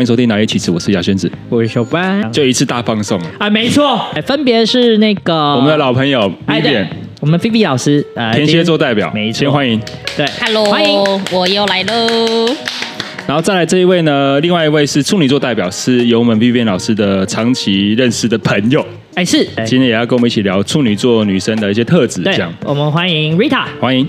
迎收听《哪里启齿》，我是雅轩子，我是小班就一次大放送。啊，没错，哎分别是那个我们的老朋友 v 哎 i 对 v，我们菲菲老师，呃天蝎座代表，没错先欢迎。对 Hello，欢迎我又来喽。然后再来这一位呢，另外一位是处女座代表，是由我们 v i v 老师的长期认识的朋友，哎是，哎今天也要跟我们一起聊处女座女生的一些特质，这对样，我们欢迎 Rita，欢迎。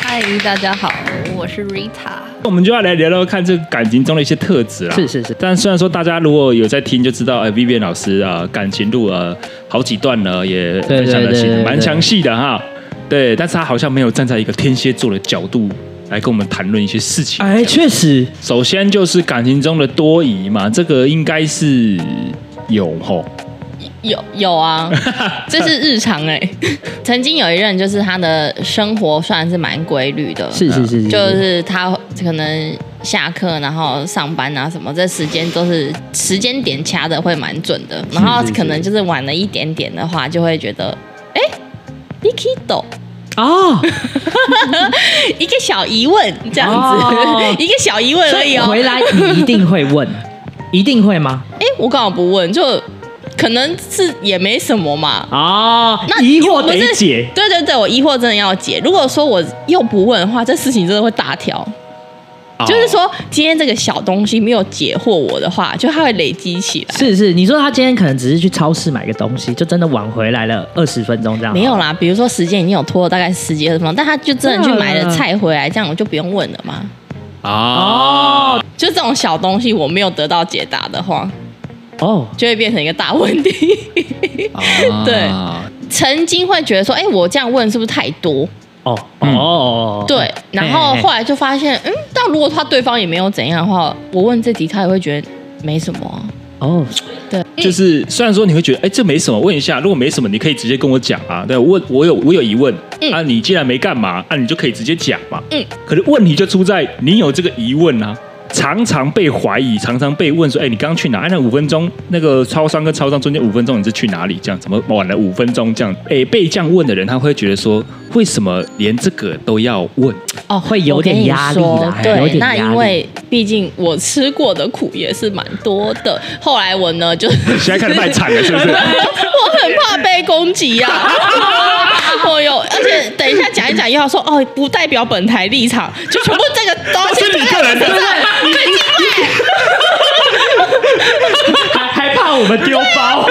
嗨，大家好，我是 Rita。我们就要来聊聊看这个感情中的一些特质啦。是是是但虽然说大家如果有在听，就知道，呃 v i v i 老师啊、感情路呃好几段了，也对分享对了对其对对蛮详细的哈。对，但是他好像没有站在一个天蝎座的角度来跟我们谈论一些事情。哎确实，首先就是感情中的多疑嘛，这个应该是有吼。有 有啊，这是日常哎、曾经有一任，就是他的生活算是蛮规律的，是是是，就是他可能下课然后上班啊什么，这时间都是时间点掐的会蛮准的。然后是是可能就是晚了一点点的话，就会觉得，哎、你 k i d o 哦， 一个小疑问这样子，哦 一个小疑问所而以已哦。回来你一定会 问，一定会吗？哎、我刚好不问，就可能是也没什么嘛。哦，那疑惑不得是解，对对对，我疑惑真的要解。如果说我又不问的话，这事情真的会大条。哦就是说，今天这个小东西没有解惑我的话，就它会累积起来。是是，你说他今天可能只是去超市买个东西，就真的晚回来了二十分钟这样，没有啦，比如说时间已经有拖了大概十几二十分钟，但他就真的去买真了的菜回来，这样我就不用问了嘛。啊，就这种小东西，我没有得到解答的话，哦，就会变成一个大问题。 啊对曾经会觉得说，哎、我这样问是不是太多？哦哦嗯哦，对，然后嘿嘿后来就发现，嗯，但如果他对方也没有怎样的话，我问这题他也会觉得没什么啊、哦，就是虽然说你会觉得，哎、这没什么，问一下，如果没什么，你可以直接跟我讲啊。对，我问我有我有疑问、嗯啊，你既然没干嘛，啊，你就可以直接讲嘛。嗯，可是问题就出在你有这个疑问啊。常常被怀疑，常常被问说：“哎、你刚刚去哪？哎、那五分钟，那个超商跟超商中间五分钟，你是去哪里？这样怎么晚了五分钟？这样，哎、被这样问的人，他会觉得说，为什么连这个都要问？哦，会有点我跟你压力啦说有对，点压那力因为毕竟我吃过的苦也是蛮多的。后来我呢，就是 现在开始卖惨了，是不是？ 我很怕被攻击呀、 我有，而且等一下讲一讲，又要说哦，不代表本台立场，就全部这个东西是你个哦人的都在还还怕我们丢包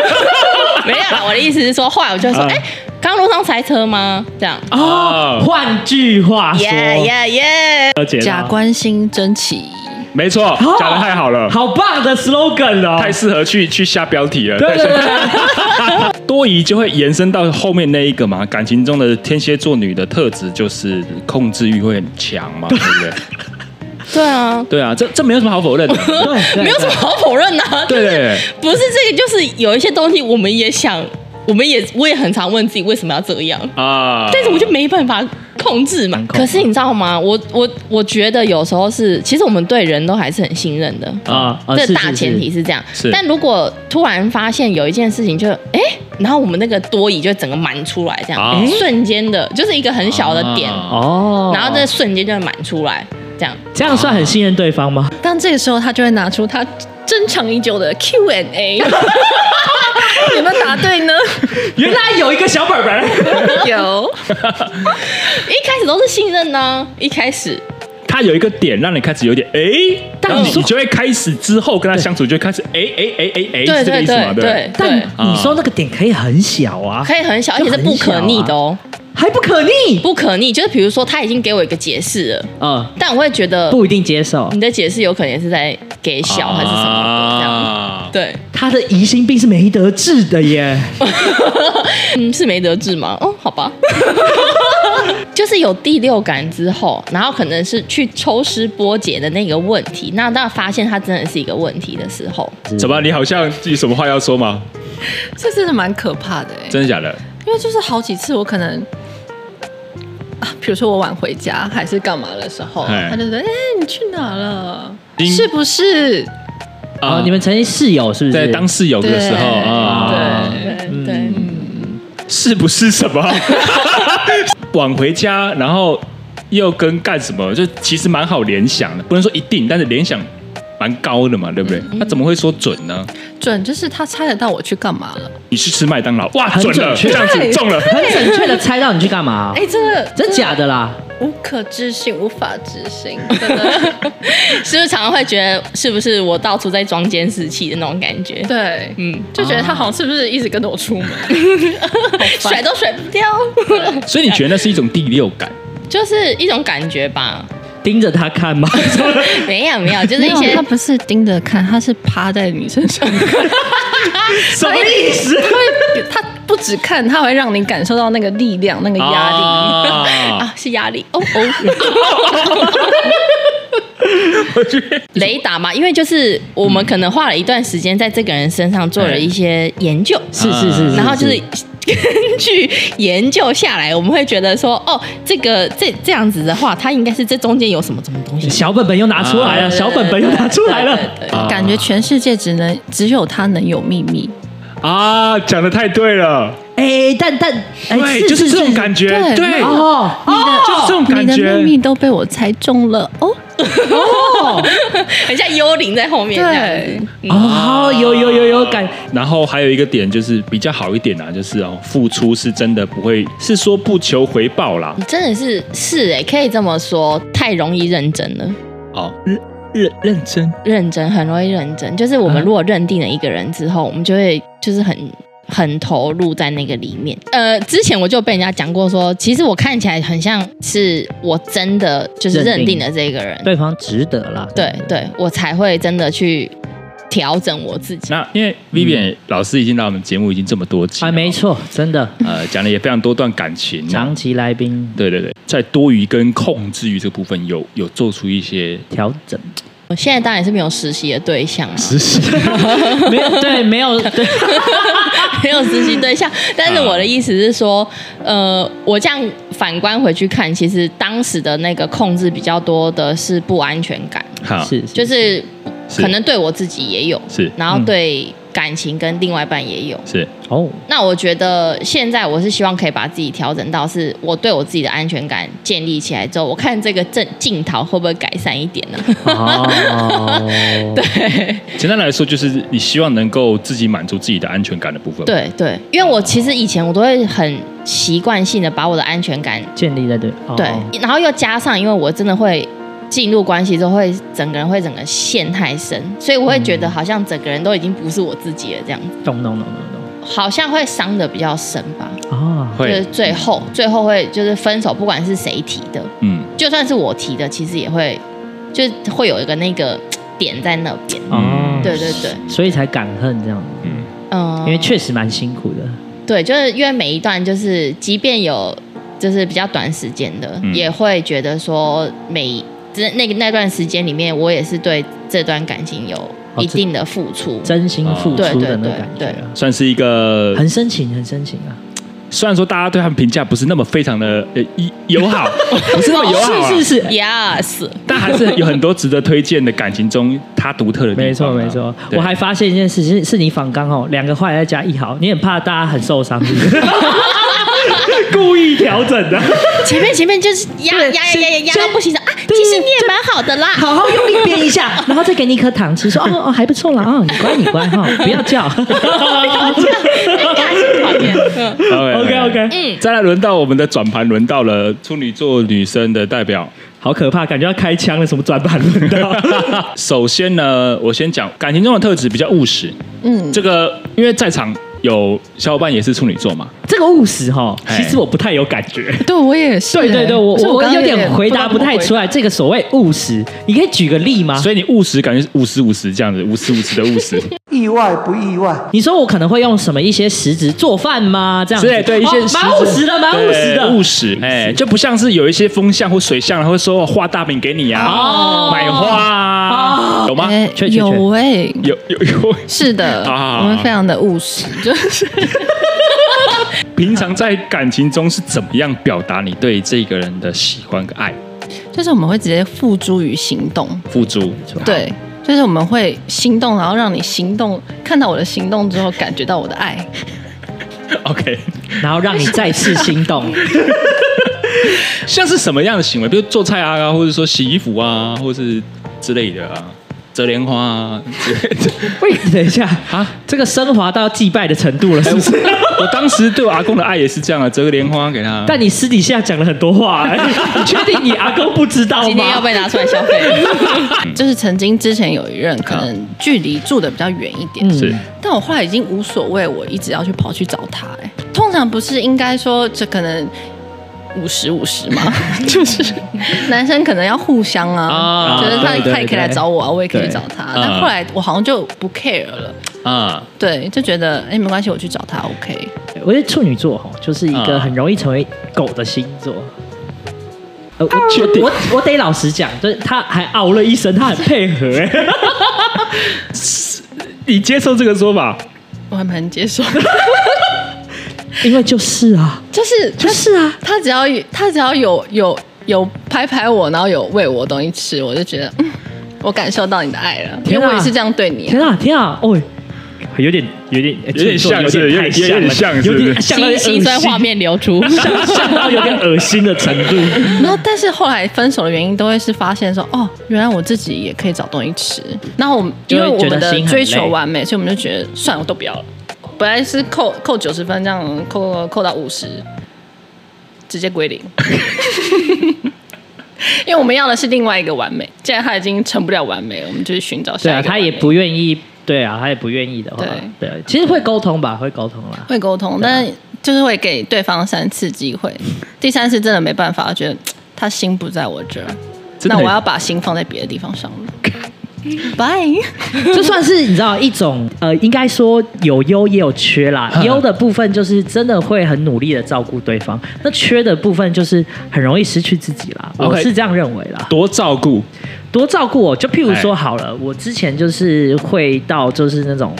没有啦。我的意思是说，后来我就说，啊哎、刚刚路上塞车吗？这样，哦。换句话说，耶耶耶！了解假到，关心真奇，没错，哦讲的太好了，好棒的 slogan 哦，太适合去去下标题了。对对对对， 多疑就会延伸到后面那一个嘛，感情中的天蝎座女的特质就是控制欲会很强 嘛，对不对？对啊，对啊，这这没有什么好否认的。 对对没有什么好否认的、啊。对就是对不是这个，就是有一些东西我们也想，我们也我也很常问自己为什么要这样，啊，但是我就没办法控制嘛难。控可是你知道吗？我我我觉得有时候是，其实我们对人都还是很信任的。啊，啊这是大是前提是这样是，但如果突然发现有一件事情就，哎，然后我们那个多疑就整个满出来，这样、啊瞬间的，就是一个很小的点，啊哦，然后这瞬间就会满出来，这样。这样算很信任对方吗？但这个时候他就会拿出他珍藏已久的 Q&A，有没有答对 呢？原来有一个小本本，有，一开始都是信任呢、一开始他有一个点让你开始有点哎，但然后你说你就会开始之后跟他相处就会开始哎哎哎哎哎，对是这个对意思吗？对对不对对，但对，啊你说那个点可以很小啊，可以很小，而且是不可逆的哦，还不可逆，不可逆就是比如说他已经给我一个解释了，嗯，但我会觉得不一定接受你。的解释有可能是在给小还是什么的这样，啊对， 他的疑心病是没得治的耶，嗯，是没得治吗？哦，好吧， 就是有第六感之后，然后可能是去抽丝剥茧的那个问题，那当发现它真的是一个问题的时候，怎么？你好像有什么话要说吗？这真的蛮可怕的哎、真的假的？因为就是好几次我可能。啊，比如说我晚回家还是干嘛的时候，哎他就说：“哎、你去哪了？丁是不是？啊哦，你们曾经室友是不是？在当室友的时候对啊，对对对，是不是什么 晚回家，然后又跟干什么？就其实蛮好联想的，不能说一定，但是联想蛮高的嘛，对不对？他怎么会说准呢？准就是他猜得到我去干嘛了。你去吃麦当劳，哇，很准了，准确这样子中了。很准确的猜到你去干嘛、 哎、真的真假的啦？无可置信，无法置信，真的。 是不是常常会觉得是不是我到处在装监视器的那种感觉？ 对，嗯，就觉得他好像是不是一直跟着我 出门，嗯甩都甩不掉，所以你觉得那是一种第六感？就是一种感觉吧。盯着他看吗？没有没有，就是一些啊他不是盯着看，他是趴在你身 上看。 什么意思？他不只看，他会让你感受到那个力量、那个压力。啊，啊是压力哦哦， 雷达嘛，因为就是我们可能花了一段时间在这个人身上做了一些研究，是是是是，然后就是根据研究下来，我们会觉得说，哦，这个这这样子的话，它应该是这中间有什么什么东西。小本本又拿出来了，啊小本本又拿出来对对了。对啊感觉全世界只能只有他能有秘密，啊，讲的太对了，哎，但但哎，对，就是这种觉感觉，对对，就哦是这种感你的秘觉密。都被我猜中了哦。哦很像幽灵在后面这样子。对，哦，有有有有感，然后还有一个点就是比较好一点啊，就是哦，付出是真的不会，是说不求回报啦。你真的是是哎、可以这么说，太容易认真了，哦，认认认真认真很容易认真。就是我们如果认定了一个人之后，我们就会就是很。很投入在那个里面，呃，之前我就被人家讲过说，其实我看起来很像是我真的就是认认定定了这个人，对方值得啦。对对，我才会真的去调整我自己。那因为 Vivian 老师已经来我们节目已经这么多集了，啊，嗯没错，真的，呃，讲了也非常多段感情、啊，长期来宾对对对，在多余跟控制欲这部分有有做出一些调整，我现在当然是没有实习的对象啊， 实 施，没有 对，没有对，没有实习对象，但是我的意思是说，呃，我这样反观回去看，其实当时的那个控制比较多的是不安全感，好是就是是可能对我自己也有，是然后对感情跟另外一半也有。是哦，那我觉得现在我是希望可以把自己调整到，是我对我自己的安全感建立起来之后，我看这个正镜头会不会改善一点呢、哦， 对，简单来说，就是你希望能够自己满足自己的安全感的部分。，对对，因为我其实以前我都会很习惯性的把我的安全感建立在对，哦对，然后又加上，因为我真的会进入关系之后，会整个人会整个陷太深，所以我会觉得好像整个人都已经不是我自己了，这样子，懂懂懂懂好像会伤的比较深吧。懂，啊，就会是最后，最后会就是分手，不管是谁提的，嗯，就算是我提的，其实也会就是会有一个那个点在那边。哦，对对对，所以才敢恨这样，嗯，哦因为确实蛮辛苦的，对，就是因为每一段就是，即便有就是比较短时间的，嗯也会觉得说每这那个那段时间里面，我也是对这段感情有一定的付出。哦真心付对出对的那对个感觉啊，算是一个，很深情，很深情啊，虽然说大家对他们评价不是那么非常的呃一友 好，不是那哦么友好、啊，是是是。 yes，但还是有很多值得推荐的感情中他独特的地方啊、没错没错，对我还发现一件事，是是你反刚哦，两个坏再加一好，你很怕大家很受伤，是不 是故意调整的，前面前面就是压压对压是压压压到是不行的啊，对其实你也蛮好的啦。好好用力编一下，然后再给你一颗糖吃，说 哦哦还不错啦，哦你乖你乖 哈，不要叫。感情讨厌，嗯 OK OK OK，嗯，再来轮到我们的转盘，轮到了处女座女生的代表。好可怕，感觉要开枪了，什么转盘轮到？ 首先呢，我先讲感情中的特质比较务实。嗯，这个因为在场有小伙伴也是处女座嘛，这个务实哈，哎其实我不太有感觉。对我也是欸。对对对，我所以我刚有刚点回答不知道太怎么回出来，这个所谓务实，你可以举个例吗？所以你务实感觉是五十五十这样子，五十五十的务 实。意外不意外？你说我可能会用什么一些实质做饭吗？这样子对对，一些哦蛮务实的，蛮务实对的，务实，哎，就不像是有一些风向或水象，然后会说哦画大饼给你啊，哦买花啊，有吗？哎确啊确有哎，有有有，是的，好好好我们非常的务实，就是平常在感情中是怎么样表达你对这个人的喜欢跟爱？就是我们会直接付诸于行动，付诸，对，就是我们会心动，然后让你行动，看到我的行动之后，感觉到我的爱。 ，OK，然后让你再次心 动。像是什么样的行为？比如做菜啊，或者说洗衣服啊，或是之类的啊。折莲花啊。 喂，等一下啊啊，哎这个升华到祭拜的程度了，是不是？我当时对我阿公的爱也是这样啊，折个莲花给他。但你私底下讲了很多 话、哎你确定你阿公不知道吗？今天要被拿出来消 费了，嗯就是曾经之前有一任可能距离住的比较远一点，嗯是但我后来已经无所谓，我一直要去跑去找他、哎，通常不是应该说这可能五十五十嘛， 就是男生可能要互相啊，啊觉得他对对他也可以来对找我啊，我也可以去对找他。嗯但后来我好像就不 care 了，啊，对，就觉得哎、没关系，我去找他 OK。我觉得处女座哈，就是一个嗯很容易成为狗的星座。呃，我确定我我得老实讲，就是他还嗷了一声，他很配合、哎你接受这个说法？我还蛮接受， 因为就是啊，就是 就他是啊，他只要有他只要有有有拍拍我，然后有喂我东西吃，我就觉得嗯，我感受到你的爱了，因天啊为我也是这样对你、啊天。啊天啊，哦，有点有点有点像有是点太有点有点像像了，是有不点是像到有心点恶心酸心画面流出。像像到有点恶心的程度。然后，但是后来分手的原因都会是发现说，哦，原来我自己也可以找东西吃。然后我们就因会为我们觉得的心很追求完美，所以我们就觉得算了，我都不要了。本来是扣扣九十分，这样扣扣扣扣到五十，直接归零。 因为我们要的是另外一个完美，既然他已经成不了完美，我们就去寻找对下啊，一个他完美也不愿意，对啊，他也不愿意的话，对对，啊其实会沟通吧，会沟通 啦。会沟通，啊但就是会给对方三次机会，第三次真的没办法，觉得嘖他心不在我这儿，真的那很我要把心放在别的地方上了。 拜，嗯这算是你知道一种呃，应该说有优也有缺啦。嗯优的部分就是真的会很努力的照顾对方，那缺的部分就是很容易失去自己啦。 OK 我是这样认为啦，多照顾多照顾我，就譬如说哎好了，我之前就是会到就是那种。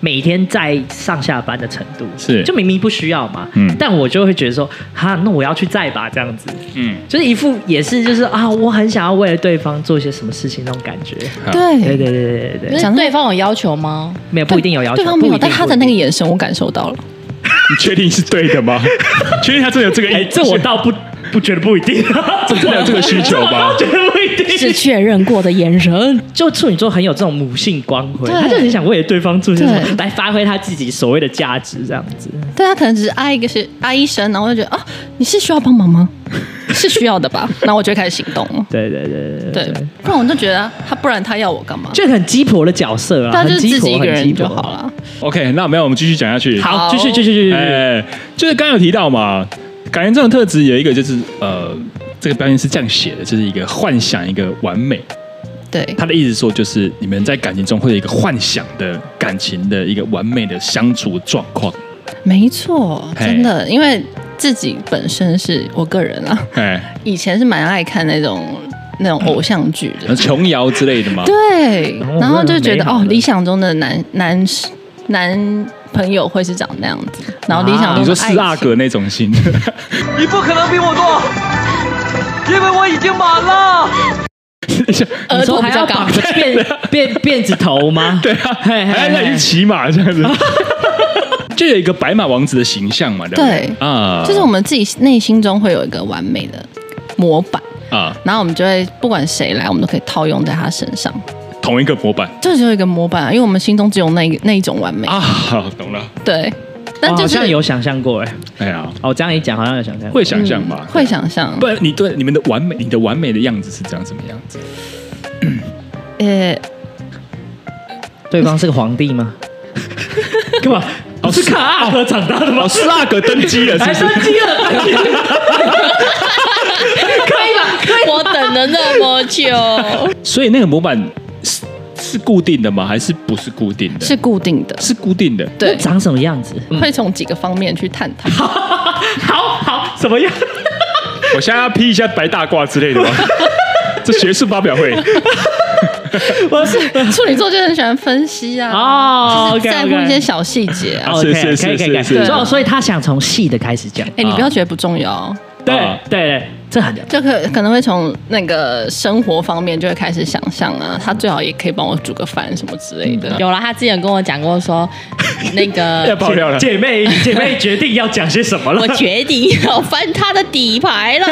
每天在上下班的程度是就明明不需要嘛，嗯但我就会觉得说，哈，那我要去载吧，这样子，嗯，就是一副也是就是啊，我很想要为了对方做一些什么事情那种感觉。对对，对对对对可对，是对方有要求吗？没有不一定有要求，对方没不有，一定但他的那个眼神我感受到了。你确定是对的 吗？确定他真的有这个意？哎，这我倒不不觉得不一定，真的有这个需求吗？ 觉得不一定。是确认过的眼神，就处女座很有这种母性光辉，对他就很想为了对方做些什么对，来发挥他自己所谓的价值，这样子。对他可能只是啊一个是啊一声，然后我就觉得啊，你是需要帮忙 吗？是需要的吧？然后我就开始行动了。对对对对对，不然我就觉得他，不然他要我干嘛？就很鸡婆的角色啊，他就是很鸡自己一婆，个很人鸡就婆好。了。 OK，那没有，我们继续讲下去。好，好继续继续继续。哎，就是刚刚有提到嘛，感人这种特质有一个就是呃，这个标签是这样写的，就是一个幻想一个完美。对，他的意思说，就是你们在感情中会有一个幻想的感情的一个完美的相处状况。没错，嘿真的，因为自己本身是我个人啊，哎，以前是蛮爱看那种那种偶像剧的，琼瑶之类的嘛。对啊哦，然后就觉那很美得好哦的，理想中的男男男朋友会是长那样子，然后理想啊你中说的爱四阿情，哥那种型，你不可能比我多，因为我已经满了。你额说头还比要较高绑。着辫辫辫子头吗？ 对啊，嘿嘿还要再去骑马这样哎子， 就有一个白马王子的形象嘛，对不对啊，就是我们自己内心中会有一个完美的模板，啊然后我们就会不管谁来，我们都可以套用在他身上，同一个模板这只有一个模板啊，因为我们心中只有那一那一种完美，啊，哦好懂了，对，我但好就像是有想象过哎，哎呀，哦，这样一讲好像有想象过，会想象吧嗯，会想象，不然你对你们的完美，你的完美的样子是长什么样子？呃，对方是个皇帝吗？干嘛？我是看阿和长大的吗 哦，？四阿哥登基了，是还不是生？气了？我等了那么久，所以那个模板是是固定的吗？还是不是固定的？ 是固定的，是固定的。对，长什么样子？会从几个方面去探讨。好好什么样？我现在要披一下白大褂之类的 吗？这学术发表 会，我是 处女座就很喜欢分析 啊，哦，OK，在乎一些小细节啊。哦是是是可以可以可以。是是所以所以他想从细的开始讲，哎、你不要觉得不重要哦，对对对，这很就可可能会从那个生活方面就会开始想象啊，他最好也可以帮我煮个饭什么之类的。嗯 有了，他之前跟我讲过 说，那要 个爆料了。姐妹 姐妹决定要讲些什么我了？ 决定要翻他的底牌了，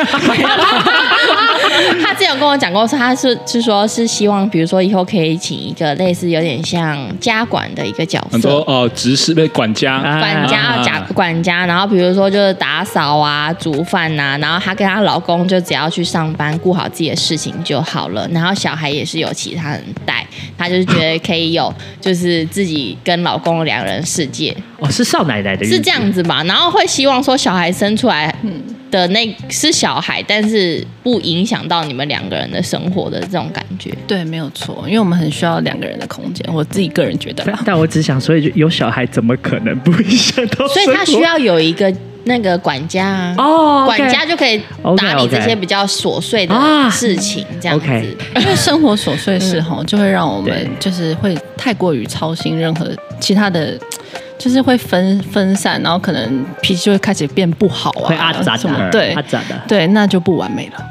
他之前有跟我讲过，说他是是说是希望，比如说以后可以请一个类似有点像家管的一个角很多色。哦，执事被管家，管家、啊家管家，然后比如说就是打扫啊、煮饭呐、然后她跟她老公就只要去上班，顾好自己的事情就好了。然后小孩也是有其他人带，她就是觉得可以有就是自己跟老公两人世界，哦，是少奶奶的，是这样。子吧？然后会希望说小孩生出来的那是小孩，但是不影响到你们两个人的生活的这种感觉。对，没有错，因为我们很需要两个人的空间，我自己个人觉得但 啦。但我只想，所以就有小孩怎么可能不影响到所生活？以他需要有一个那个管家啊，哦，OK，管家就可以打理 OK，OK 这些比较琐碎啊的事情，这样子。 OK 因为生活琐碎事哈，就会让我嗯对们就是会太过于操心任何其他的，就是会分分散，然后可能脾气就会开始变不好啊，会阿杂什么的，对阿杂的，对，那就不完美了。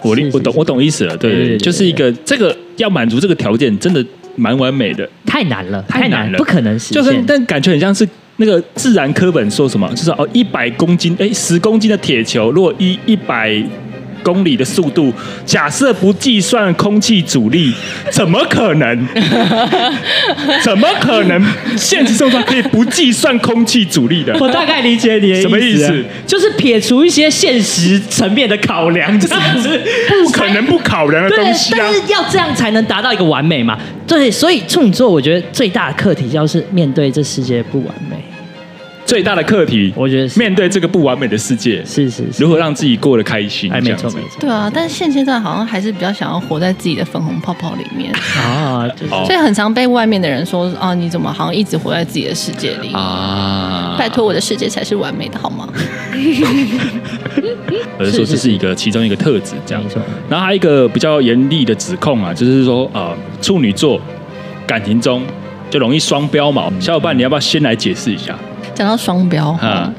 我理是是我懂是我懂意思了，对对对对对，对就是一个这个要满足这个条件，真的蛮完美的，太难了，太太难难了不可能实就跟现。但感觉很像是那个自然课本说什么，就是哦一百公斤哎十公斤的铁球，如果一一百。公里的速度，假设不计算空气阻力，怎么可 能？怎么可能？现实生活中可以不计算空气阻力的？我大概理解你的什么意意思啊思，啊就是撇除一些现实层面的考量，这样子不可能不考量的对，东西啊但！是要这样才能达到一个完美嘛。对，所以处女座我觉得最大的课题就是面对这世界不完美。最大的课题，我觉得是面对这个不完美的世界，是是是，如何让自己过得开心？哎，这没样错子没错对啊，但是现阶段好像还是比较想要活在自己的粉红泡泡里面，啊，就是哦所以很常被外面的人说啊，你怎么好像一直活在自己的世界里？啊拜托，我的世界才是完美的 好吗？而是说这是一个其中一个特质这样没。错，然后还有一个比较严厉的指控啊，就是说呃，处女座感情中就容易双标嘛。小伙伴，你要不要先来解释一下？讲到双标，啊，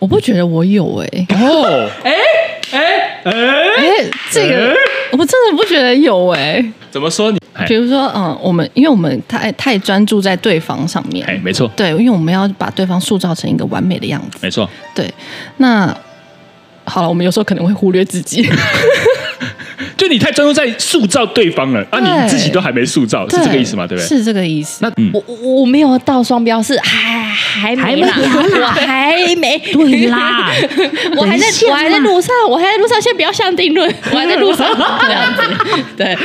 我不觉得我有哎、 哦，哎、这个我真的不觉得有哎、怎么说你？哎比如说，嗯，我们因为我们太太专注在对方上面，哎，没错，对，因为我们要把对方塑造成一个完美的样子。没错，对，那好了，我们有时候可能会忽略自 己，就你太专注在塑造对方了，啊，对你自己都还没塑造，是这个意思吗？对不对？是这个意思。那嗯，我我我没有到双标，是还还没啦，还没我还没，对啦 我还在等一下我还在路上，我还在路上，先不要下定 论，我还在路上，这样子，对，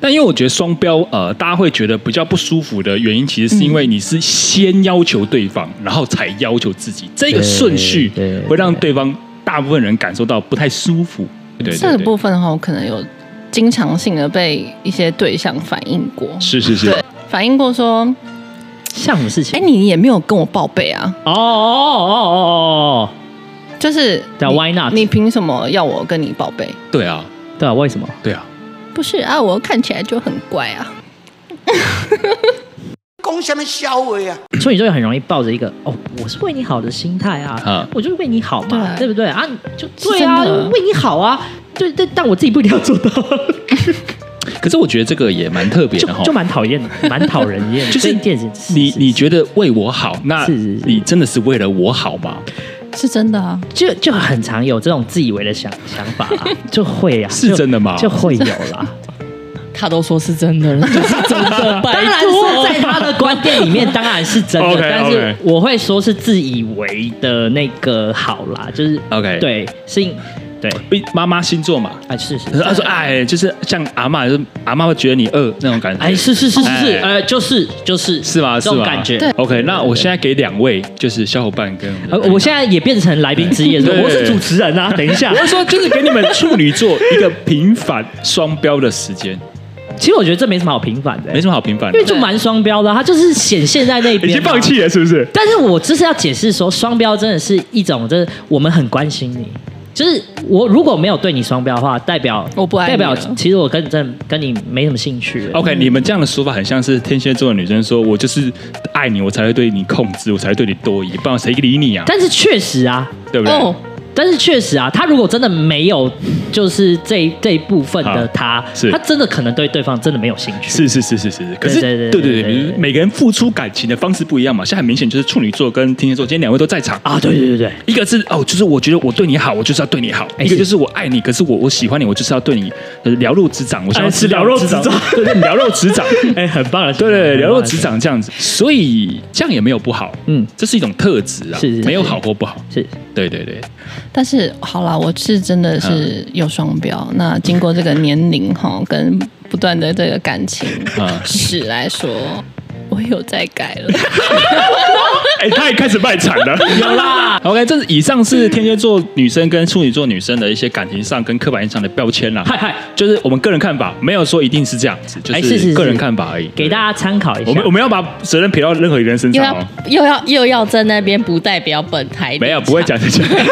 但因为我觉得双标，呃，大家会觉得比较不舒服的原因，其实是因为你是先要求对方，然后才要求自己，这个顺序对对会让对方大部分人感受到不太舒服。对对这对个部分的话，我可能有经常性的被一些对象反映过，是是是对，，反映过说，像什么事情？哎、你也没有跟我报备啊，哦哦哦哦哦就是对啊你 why not？你凭什么要我跟你报备？对啊，哦，对啊，为什么？对啊，不是啊，我看起来就很乖啊。讲什么笑话啊？处女座很容易抱着一个哦，我是为你好的心态啊啊，我就是为你好嘛，对对不对啊？就是对啊，真的为你好啊，对对，但我自己不一定要做到， 可是我觉得这个也蛮特别就的哈就。蛮讨厌的，蛮讨人厌 的。就是这一件事是你是你觉得为我好，那是是是你真的是为了我好吗？是真的啊，就就很常有这种自以为的想想法、 啊，就会啊，是就真的吗就会有 啦。他都说是真的了，就是真的，当拜然托是在他的观点里面，当然是 真 OK，的，但 OK 是我会说是自以为的那个好啦，就是 OK 对，是因，对，诶妈妈星座嘛，哎，是是，她说哎，就是像阿妈，就是阿妈会觉得你饿那种感觉。哎，是是是是是，哎呃，就是就是是吗？这是吗？种感觉。 OK，那我现在给两位，就是小伙伴跟呃，们 我现在也变成来宾之一对了，对我是主持 人啊。等一下我，是说，就是给你们处女座一个平反双标的时间，其实我觉得这没什么好平反的，没什么好平反的因为。就蛮双标的啊，他就是显现在那边已啊，经放弃了，是不是？但是我就是要解释说，双标真的是一种，就是我们很关心你。就是我如果没有对你双标的话，代表我不爱你代表了哦其实我跟真的跟你没什么兴趣了。 OK，你们这样的说法很像是天蝎座的女生说：“我就是爱你，我才会对你控制，我才会对你多疑，不然谁理你啊但是确实啊，？”对不对？哦，但是确实啊，他如果真的没有，就是这这一部分的他是，他真的可能对对方真的没有兴趣。是是是是是，可是对对对对对对对对对，对每个人付出感情的方式不一样嘛。现在很明显就是处女座跟天蝎座，今天两位都在场。啊，对对对对，一个是哦，就是我觉得我对你好，我就是要对你好；哎一个是就是我爱你，可是我我喜欢你，我就是要对你呃了如指掌，我想要哎吃知道了如指知道掌， 对对，了如 指掌，哎，很棒 的，对对，了很如棒的指。掌这样子，所以这样也没有不好，嗯嗯，这是一种特质啊，是是没有是好或不好，是对对对，但是好啦，我是真的是有双标。那经过这个年龄哈，跟不断的这个感情嗯史来说， 我有在改了。 哎，他也开始卖惨了， 有啦。OK，这是以上是天蝎座女生跟处女座女生的一些感情上跟刻板印象的标签啊啦，嗨嗨，就是我们个人看法，没有说一定是这样子，就哎是是是是个人看法而已。给大家参考一下。我们我们要把责任撇到任何一个人身又上哦要。又要又要在那边不代表本台立场，没有，不会讲这些。个人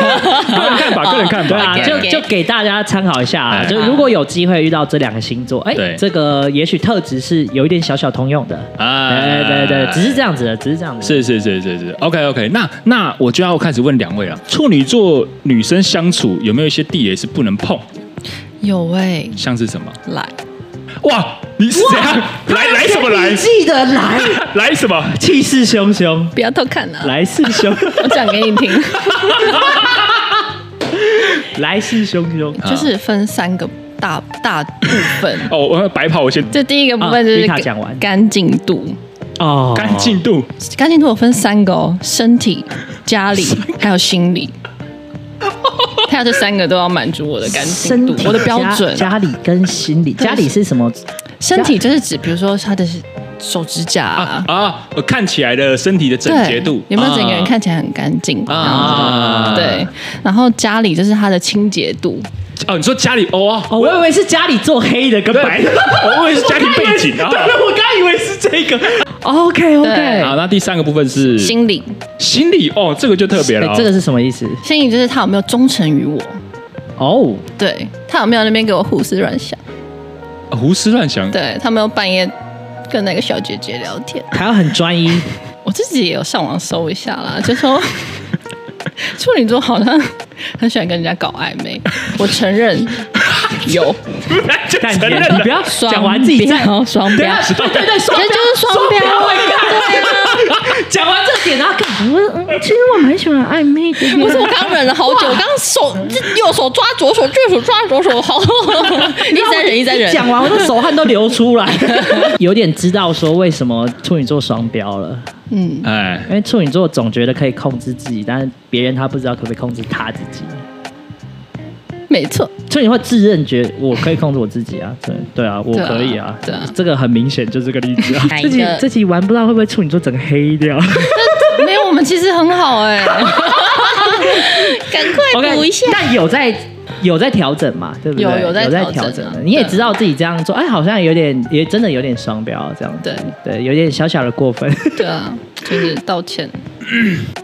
看法，个人看对法，啊，OK，就 OK 就给大家参考一下啊。哎就如果有机会遇到这两个星座，对哎，这个也许特质是有一点小小通用的。哎对对对，只是这样子的，只呃是这样子。是是是是是，OK OK，那那我就要开始问两位了，处女座女生相处有没有一些地雷是不能碰？有喂、像是什么？来，哇，你是怎样？来来什么来你？记得来，来什么？气势汹汹，不要偷看啊！，来势汹， 我讲给你听，来势汹汹。就是分三个大大部分。 哦，我白跑，我先这第一个部分就啊是，Rita 干讲完干净度，哦，干净度。干净度有分三个哦，身体、家里还有心理。还有这三个都要满足我的干净身度体，我的标准。家家里跟心理，家里是什么？身体就是指，比如说他的手指甲啊啊，啊！我看起来的身体的整对，洁度有没有整啊个人看起来很干净啊啊？对，然后家里就是他的清洁度，哦？你说家里哦啊，哦，我以为是家里做黑的跟 对白的。我我以为是家庭背景啊。对，我刚以为是这个。OK 对 OK，好，那第三个部分是心理，心理哦，这个就特别了哦。哎这个是什么意思？心理就是他有没有忠诚于我，哦，对他有没有那边给我胡思乱想，哦胡思乱想， 对他没有半夜跟那个小姐姐聊天，还要很专一。我自己也有上网搜一下啦，就说处女座好像很喜欢跟人家搞暧昧，我承认 有，就但承认你不了。要双讲完自己再标双对标啊，对对对，双标这就是双标啊双我也看讲完这点，然后干嘛？其实我蛮喜欢暧昧的。不是我刚忍了好久，我刚手这右手抓左手，右手抓左 手，好，一再忍一再忍。讲完我的手汗都流出来， 有点知道说为什么处女座双标了，嗯，哎，因为处女座总觉得可以控制自己，但是别人他不知道可不可以控制他自己。没错，处女会自认觉我可以控制我自 己啊，对对啊，我可以啊，对啊对啊这个很明显就是这个例子啊。哪自一己个自己玩不知道会不会处女座整个黑 掉。没有我们其实很好哎、赶快补一下。但有在有在调整嘛，对不对？有有在有在调调整啊整，你也对知道自己这样做，哎，好像有点也真的有点双标啊这样子，对对，有点小小的过分。对啊，就是道歉。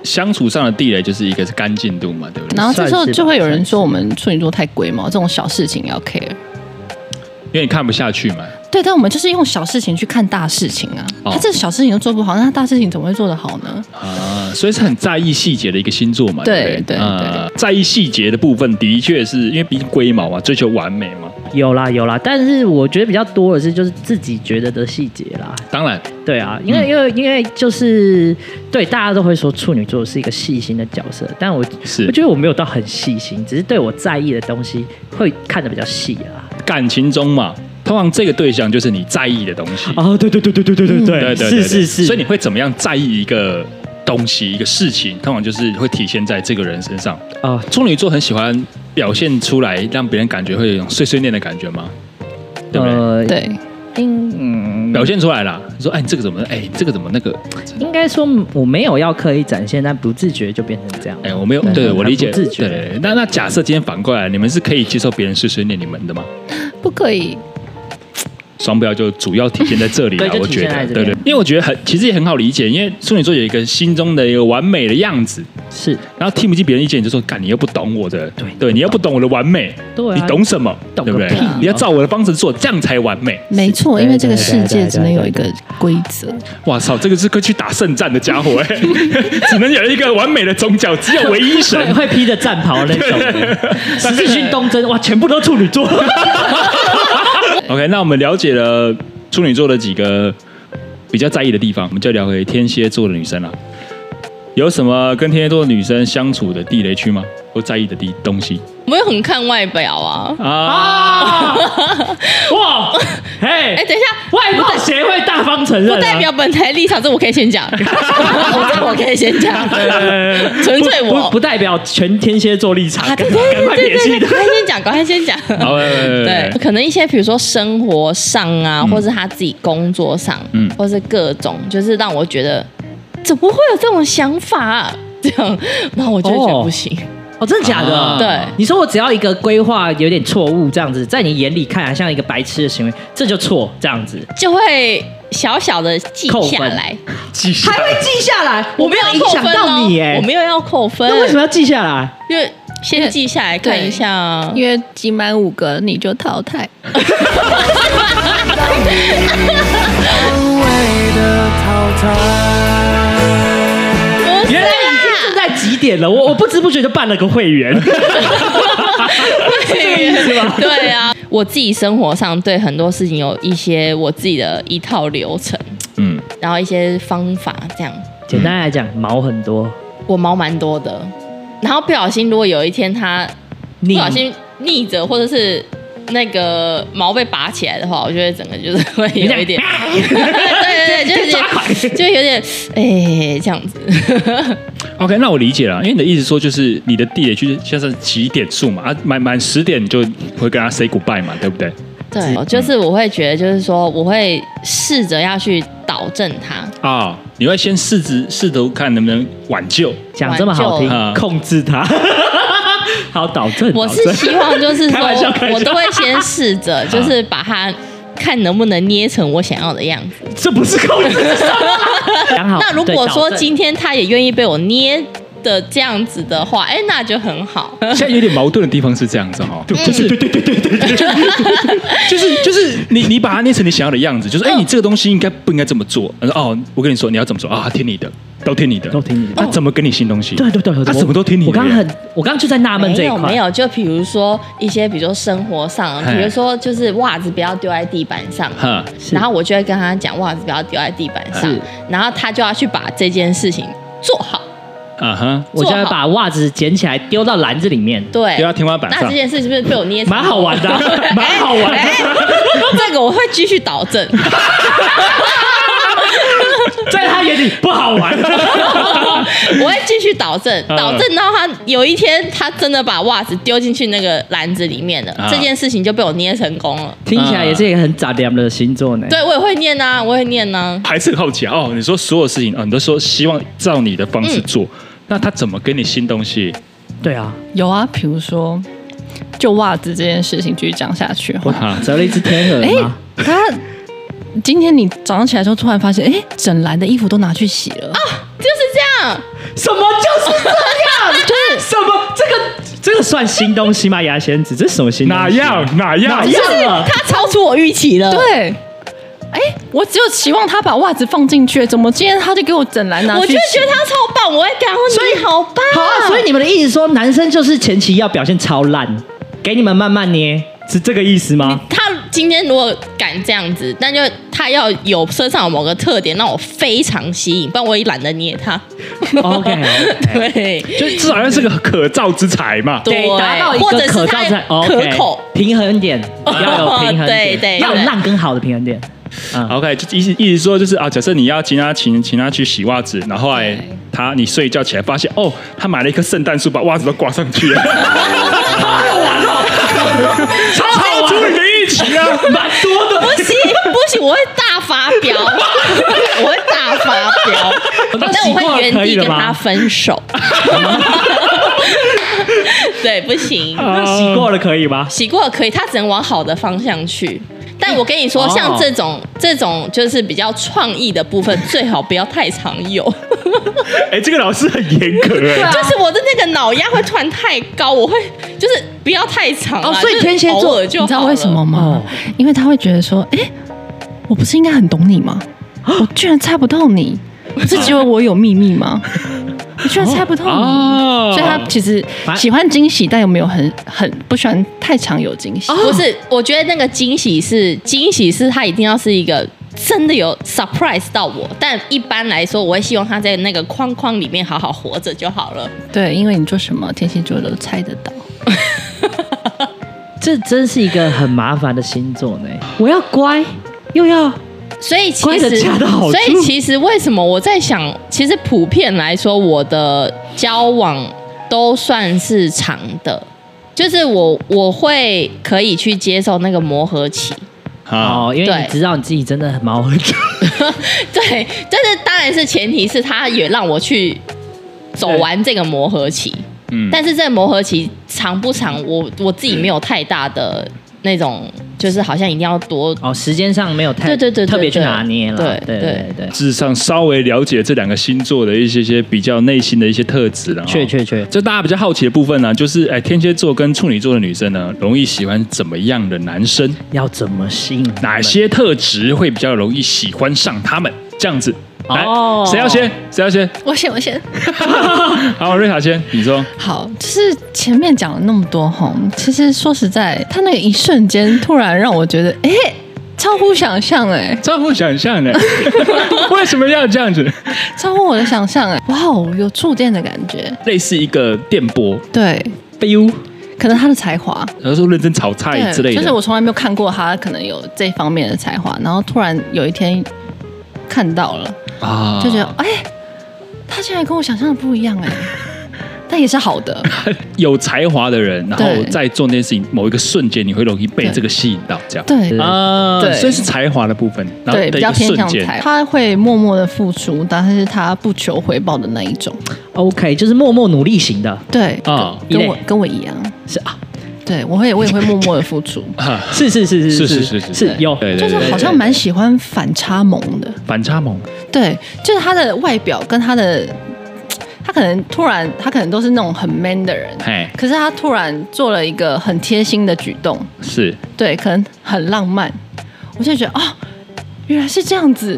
相处上的地雷就是一个是干净度嘛，对不对？然后这时候算是吧就会有人说我们处女座太龟毛，这种小事情要 care。因为你看不下去嘛。对，但我们就是用小事情去看大事情啊。哦他这小事情都做不好，那他大事情怎么会做得好呢？啊，所以是很在意细节的一个星座嘛。对对不对啊在意细节的部分的确是因为毕竟龟毛嘛，追求完美嘛。有啦有啦，但是我觉得比较多的是就是自己觉得的细节啦，当然，对啊，因嗯为因为因为就是对大家都会说处女座是一个细心的角色，但我是我觉得我没有到很细心，只是对我在意的东西会看得比较细啊。感情中嘛，通常这个对象就是你在意的东西。哦，对对对对对对对对对对对是是是，所以你会怎么样在意一个东西、一个事情？通常就是会体现在这个人身上。哦处女座很喜欢表现出来，让别人感觉会有一种碎碎念的感觉吗？对不对？呃嗯对，表现出来啦，你说哎，你这个怎么？哎，你这个怎么那个？应该说我没有要刻意展现，但不自觉就变成这样。哎，我没有，对我嗯很理解。不自对觉。对，对那那假设今天反过来，你们是可以接受别人碎碎念你们的吗？不可以。双标就主要体现在这里对了，就我体觉现得，在这对边对，因为我觉得很，其实也很好理解，因为处女座有一个心中的一个完美的样子，是然后听不进别人意见，你就说干你又不懂我的，对对，你又不懂我的完美，对啊你懂什么？懂对不个对屁啊？你要照我的方式做，这样才完美。没错，对因为这个对对世界对只能对有一对个规则。哇操，这个是可以去打圣战的家伙 哎，只能有一个完美的宗教，只有唯一神 会。会披着战袍那种的，十字军东征哇，全部都处女座， OK，那我们了解了处女座的几个比较在意的地方，我们就聊回天蝎座的女生了。有什么跟天蝎座的女生相处的地雷区吗？或在意的地东西我们很看外表啊。 啊？ 哇，哎哎、等一下，外貌协会大方承认、啊，不代表本台立场，这我可以先 讲，这我可以先讲， 纯粹不不我不。代表全天蝎座立场，啊，对赶对对快对撇对清 对，赶快先讲，赶快先讲。好，来来来来对，可能一些比如说生活上啊，或是他自己工作上，嗯或是各种，就是让我觉得怎么会有这种想法、啊？ 这样，然后我就会觉得哦不行。哦，真的假的？啊对你说我只要一个规划有点错误，这样子，在你眼里看来像一个白痴的行为，这就错，这样子就会小小的记扣分下来。 继续还会记下来，我没有要影扣响分到哦你哎、我没有要扣分，那为什么要记下来？因为先记下来看一下啊，嗯因为集满五个你就淘汰。原来已不是啊经正在几点了，我我不知不觉就办了个会员， 对啊，我自己生活上对很多事情有一些我自己的一套流程，嗯，然后一些方法这样， 简单来讲，毛很多，我毛蛮多的。然后不小心，如果有一天它不你小心逆着，或者是那个毛被拔起来的话，我就会整个就是会有 一点， 对对对，就是有点就有点哎、这样子。 OK，那我理解了，因为你的意思说就是你的地雷区现在是几点数嘛？啊，满满十点你就会跟他 say goodbye 嘛，对不对？对，就是我会觉得，就是说我会试着要去导正它。啊、你会先试着试图看能不能挽救，讲这么好听挽，救控制他， 好导正，我是导正希望就是 说开玩笑开玩，笑我都会先试着，就是把它看能不能捏成我想要的样子。这不是控制，讲好。那如对果说导正今天他也愿意被我捏的这样子的话，哎，那就很好。现在有点矛盾的地方是这样子哈、就是对对对对对，就是就是你你把它捏成你想要的样子，就是哎、你这个东西应该不应该这么做？他说哦，我跟你说你要怎么做啊？听你的，都听你的，啊都听你的他怎么跟你新东西？对对对，对他啊什么都听你的。我刚刚很，我刚刚就在纳闷这没一有块，没有，就比如说一些，比如说生活上，嘿比如说就是袜子不要丢在地板上，哈，是然后我就会跟他讲袜子不要丢在地板上是，然后他就要去把这件事情做好。啊哈，我就会把袜子捡起来丢到篮子里面，对，丢到天花板那上这。件事是不是被我捏死？蛮好玩的啊，蛮好玩 哎的。这个我会继续导正，在他眼里不好 玩， 我会继续导正，嗯导正到他有一天他真的把袜子丢进去那个篮子里面了，啊这件事情就被我捏成功了。听起来也是一个很杂粮的星座呢。对，我也会念呐、啊，我会念呐、啊。还是很好奇啊哦，你说所有事情啊、哦，你都说希望照你的方式做，那他怎么给你新东西？对啊，有啊，比如说，就袜子这件事情继续讲下去哈。啊，折了一只天哎鹅吗？他今天你早上起来的时候，突然发现，哎，整篮的衣服都拿去洗了啊！就是这样，什么就是这样？ 就是什么这个这个算新东西吗？牙仙子，这是什么新东西？啊哪样哪样哪样了？他超出我预期了。对， 哎，我只有期望他把袜子放进去，怎么今天他就给我整篮拿我去洗？就觉得他超棒，我会感恩你好棒。好啊，所以你们的意思说，男生就是前期要表现超烂，给你们慢慢捏，是这个意思吗？他今天如果敢这样子，那就他要有身上有某个特点让我非常吸引，不然我也懒得捏他。 OK，OK 对。就至少要是个可造之材嘛。对，得达到一或者个是可哦造它才可口，平衡点，要有平衡对点，对要有对烂跟好的平衡点。嗯 OK，就意思意思说就是啊，假设你要请他请请他去洗袜子，然后后来对他你睡一觉起来发现哦，他买了一棵圣诞树，把袜子都挂上去了，超好超出你的预期 啊！蛮多的。不行不行，我会大发飙，我会大发飙， 那但习我惯了会原可以地了跟他吗分手。 对，不行，那洗过了可以吗？呃洗过了可以，他只能往好的方向去。但我跟你说，哦像这种这种就是比较创意的部分，最好不要太常有。哎，这个老师很严格啊哎，啊就是我的那个脑压会突然太高，我会就是不要太长啦哦，所以天蝎就是偶座，尔你就知道好为什么了？嗯吗？因为他会觉得说，哎、我不是应该很懂你吗？啊我居然猜不到你，不是只有我有秘 密吗？我居然猜不到你，啊哦所以他其实反喜欢惊喜，但有没有很很不喜欢太常有惊喜？哦不是，我觉得那个惊喜是惊喜，是它一定要是一个真的有 surprise 到我。但一般来说，我会希望他在那个框框里面好好活着就好了。对，因为你做什么，天蝎座都猜得到。这真是一个很麻烦的星座呢。我要乖，又要所以其乖的实，恰到好处所以其实为什么我在想，其实普遍来说，我的交往都算是长的，就是我我会可以去接受那个磨合期。好，哦，因为对你知道你自己真的很毛很重。 对，就是当然是前提是他也让我去走完这个磨合期，嗯，但是这个磨合期长不长，我我自己没有太大的那种，就是好像一定要多。 哦，时间上没有太对对对对特别去拿捏了。对对对对，智上稍微了解这两个星座的一些些比较内心的一些特质了哈，确确确，就大家比较好奇的部分呢、就是哎，天蝎座跟处女座的女生呢，容易喜欢怎么样的男生？要怎么吸引他们哪？些特质会比较容易喜欢上他们？这样子，来，哦谁要先？谁要先？我先，我先。好，瑞塔先，你说。好，就是前面讲了那么多吼，其实说实在，他那个一瞬间突然让我觉得，哎、超乎想象哎、超乎想象的， 为什么要这样子？超乎我的想象哎、哇哦，有触电的感觉，类似一个电波，对， biu 可能他的才华，然后说认真炒菜对，之类的，就是我从来没有看过他可能有这方面的才华，然后突然有一天看到了，啊就觉得哎、他竟然跟我想象的不一样 哎、但也是好的，有才华的人，然后对在做那件事情某一个瞬间，你会容易被对这个吸引到，这样对。啊，对所以是才华的部分，然后对，的比一较个偏瞬向间，啊才，他会默默的付出，但是他不求回报的那一种。 OK，就是默默努力型的，对，啊一跟类我跟我一样，是啊，对我会我也会默默的付出，啊，是是是是是是是是是是有， 对对就是对好对像蛮喜欢反差萌的。反差萌，对，就是他的外表跟他的，他可能突然他可能都是那种很 man 的人，嘿，可是他突然做了一个很贴心的举动，是对，可能很浪漫，我就觉得哦，原来是这样子。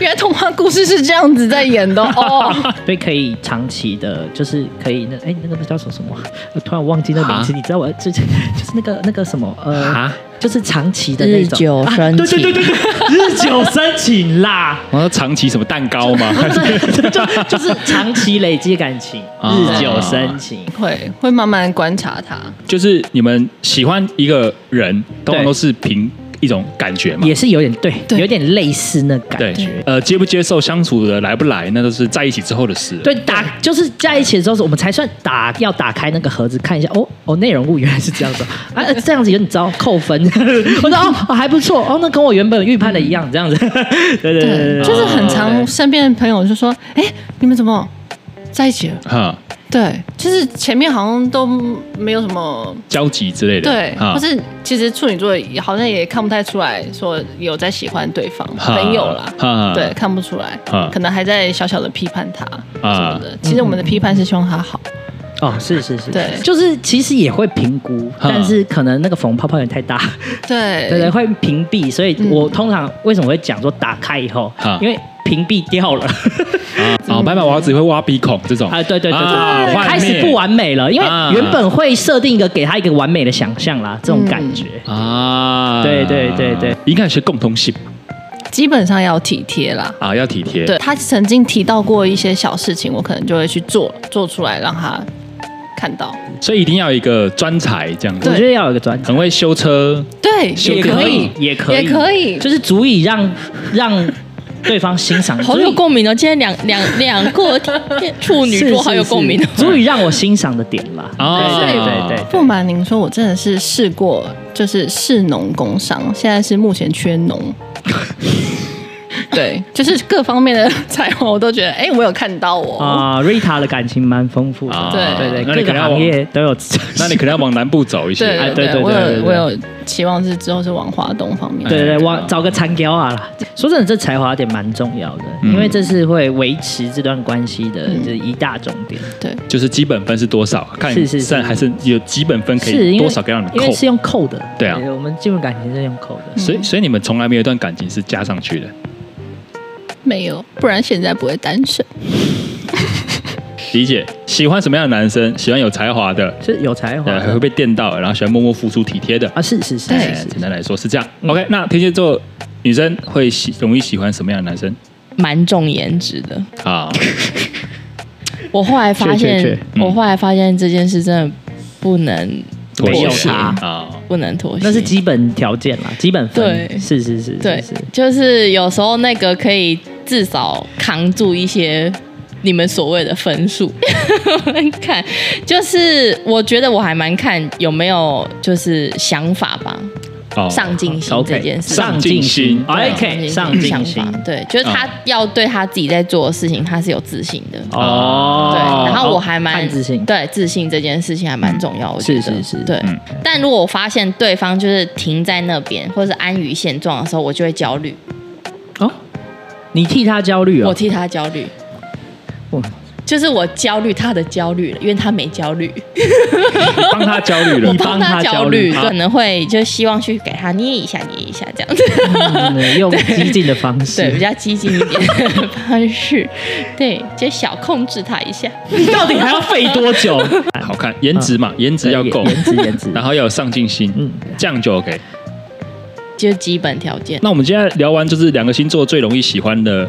原来童话故事是这样子在演的哦， 所以可以长期的，就是可以那哎那个叫什么什么啊，我突然忘记那个名字，啊你知道我最近就是那个那个什么呃啊，，就是长期的那种啊生对对对对对， 日久生情啦，我说长期什么蛋糕 吗？对， 就就是长期累积感情，啊日久生情，会会慢慢观察他，就是你们喜欢一个人，通常对都是凭一种感觉嘛也。是有点对，对有点类似那感对觉。，呃，接不接受相处的来不来，那都是在一起之后的事。，对，打就是在一起的时候，我们才算打要打开那个盒子看一下，哦哦，内容物原来是这样 子，啊，呃这样子有点糟，扣分。 我说哦，还不错，哦，那跟我原本预判的一样，这样 子。对对对哦对，对，就是很常身边的朋友就说：“哎、你们怎么在一起了哈，？”对，就是前面好像都没有什么交集之类的。对，嗯哈或是其实处女座也好像也看不太出来说有在喜欢对方哈朋友啦。哈对，看不出来哈，可能还在小小的批判他啊什么的。其实我们的批判是希望他好，哦，是是是，对就是其实也会评估，哈但是可能那个缝泡泡有点太大，对嗯对对，嗯会屏蔽，所以我通常为什么会讲说打开以后哈，因为屏蔽掉了。啊，哦，白马王子会挖鼻孔这种嗯啊，对对对啊对对，嗯幻开始灭不完美了，因为啊原本会设定一个给他一个完美的想象啦，这种感觉。啊，对对对对，应该有些共通性基本上要体贴啦。啊，要体贴。对，他曾经提到过一些小事情，我可能就会去做，做出来让他看到。所以一定要有一个专才这样我子，觉得要有一个专辑，很会修车，对，修也电脑可以，也可以，也可以就是足以让让对方欣赏。好足有以共鸣哦！今天两两两个处女座好有共鸣哦。是是是足以让我欣赏的点啦。啊对对对对不瞒您说，我真的是试过，就是士农工商，现在是目前缺农。对，就是各方面的 彩虹，我都觉得，哎、我有看到我。啊，Rita 的感情蛮丰富的，啊对对，那你可各个能要行往，业都有。 那你可能要往南部走一对些。对哎对对我对对有我对有期望是之后是往华东方面。对对，对，往找个残雕啊啦！说真的，这才华点蛮重要的，因为这是会维持这段关系的，就是一大重点。对，就是基本分是多少？看你是是是算还是有基本分可是以因为多少可以让你因为嗯扣。是用扣的，对啊嗯我们进入感情是用扣的。所以所以你们从来没有一段感情是加上去的。没有，不然现在不会单身。理解喜欢什么样的男生？喜欢有才华的，是有才华呃，还会的被电到，然后喜欢默默付出体贴的。啊，嗯是是是哎是是简单来说是这样。OK，那天蝎座女生会喜容易喜欢什么样的男生 蛮重颜值的。 啊？我后来发现，确确确嗯我后来发现这件事真的不能妥没有协差啊，不能妥协，那是基本条件啦，基本分。对是是是是对是，就是有时候那个可以至少扛住一些你们所谓的分数。 看，就是我觉得我还蛮看有没有就是想法吧，哦上进心这件事。上进心上进心，OK，上进心嗯想。法对，就是他要对他自己在做的事情，他是有自信的。哦，对，然后我还看蛮自信，对自信这件事情还蛮重要，我觉得是是是对嗯。但如果我发现对方就是停在那边，或者是安于现状的时候，我就会焦虑，哦，你替他焦虑我哦，替他焦虑哇，就是我焦虑他的焦虑了，因为他没焦虑，帮他焦虑了我你，帮帮他他焦焦虑，虑可能会就希望去给他捏一下捏一下这样子，嗯 用激进的方对，比式。较激进一点的方式，对，就小控制他一下。 你到底还要费多 久？好看颜值嘛，颜值要够，呃颜值颜值然后要有上进心，嗯这样就 OK。就基本条件，那我们今天聊完就是两个星座最容易喜欢的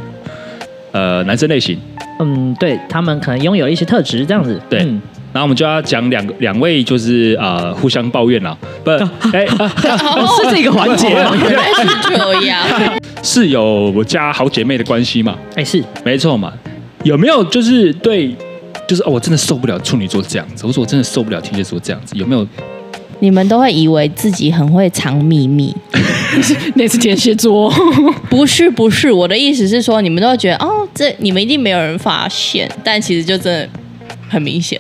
呃男生类型，嗯，对他们可能拥有一些特质，这样子。对嗯然后我们就要讲两个两位就是呃互相抱怨啦，不，哎、啊哦，是这个环节 吗？原来哎是这样， 是有我家好姐妹的关系嘛？哎，是没错嘛，有没有就是对，就是哦，我真的受不了处女座这样子，我说我真的受不了天蝎座这样子，有没有？你们都会以为自己很会藏秘密，那是天蝎座，不是不是，我的意思是说，你们都会觉得哦，这你们一定没有人发现，但其实就真的很明显。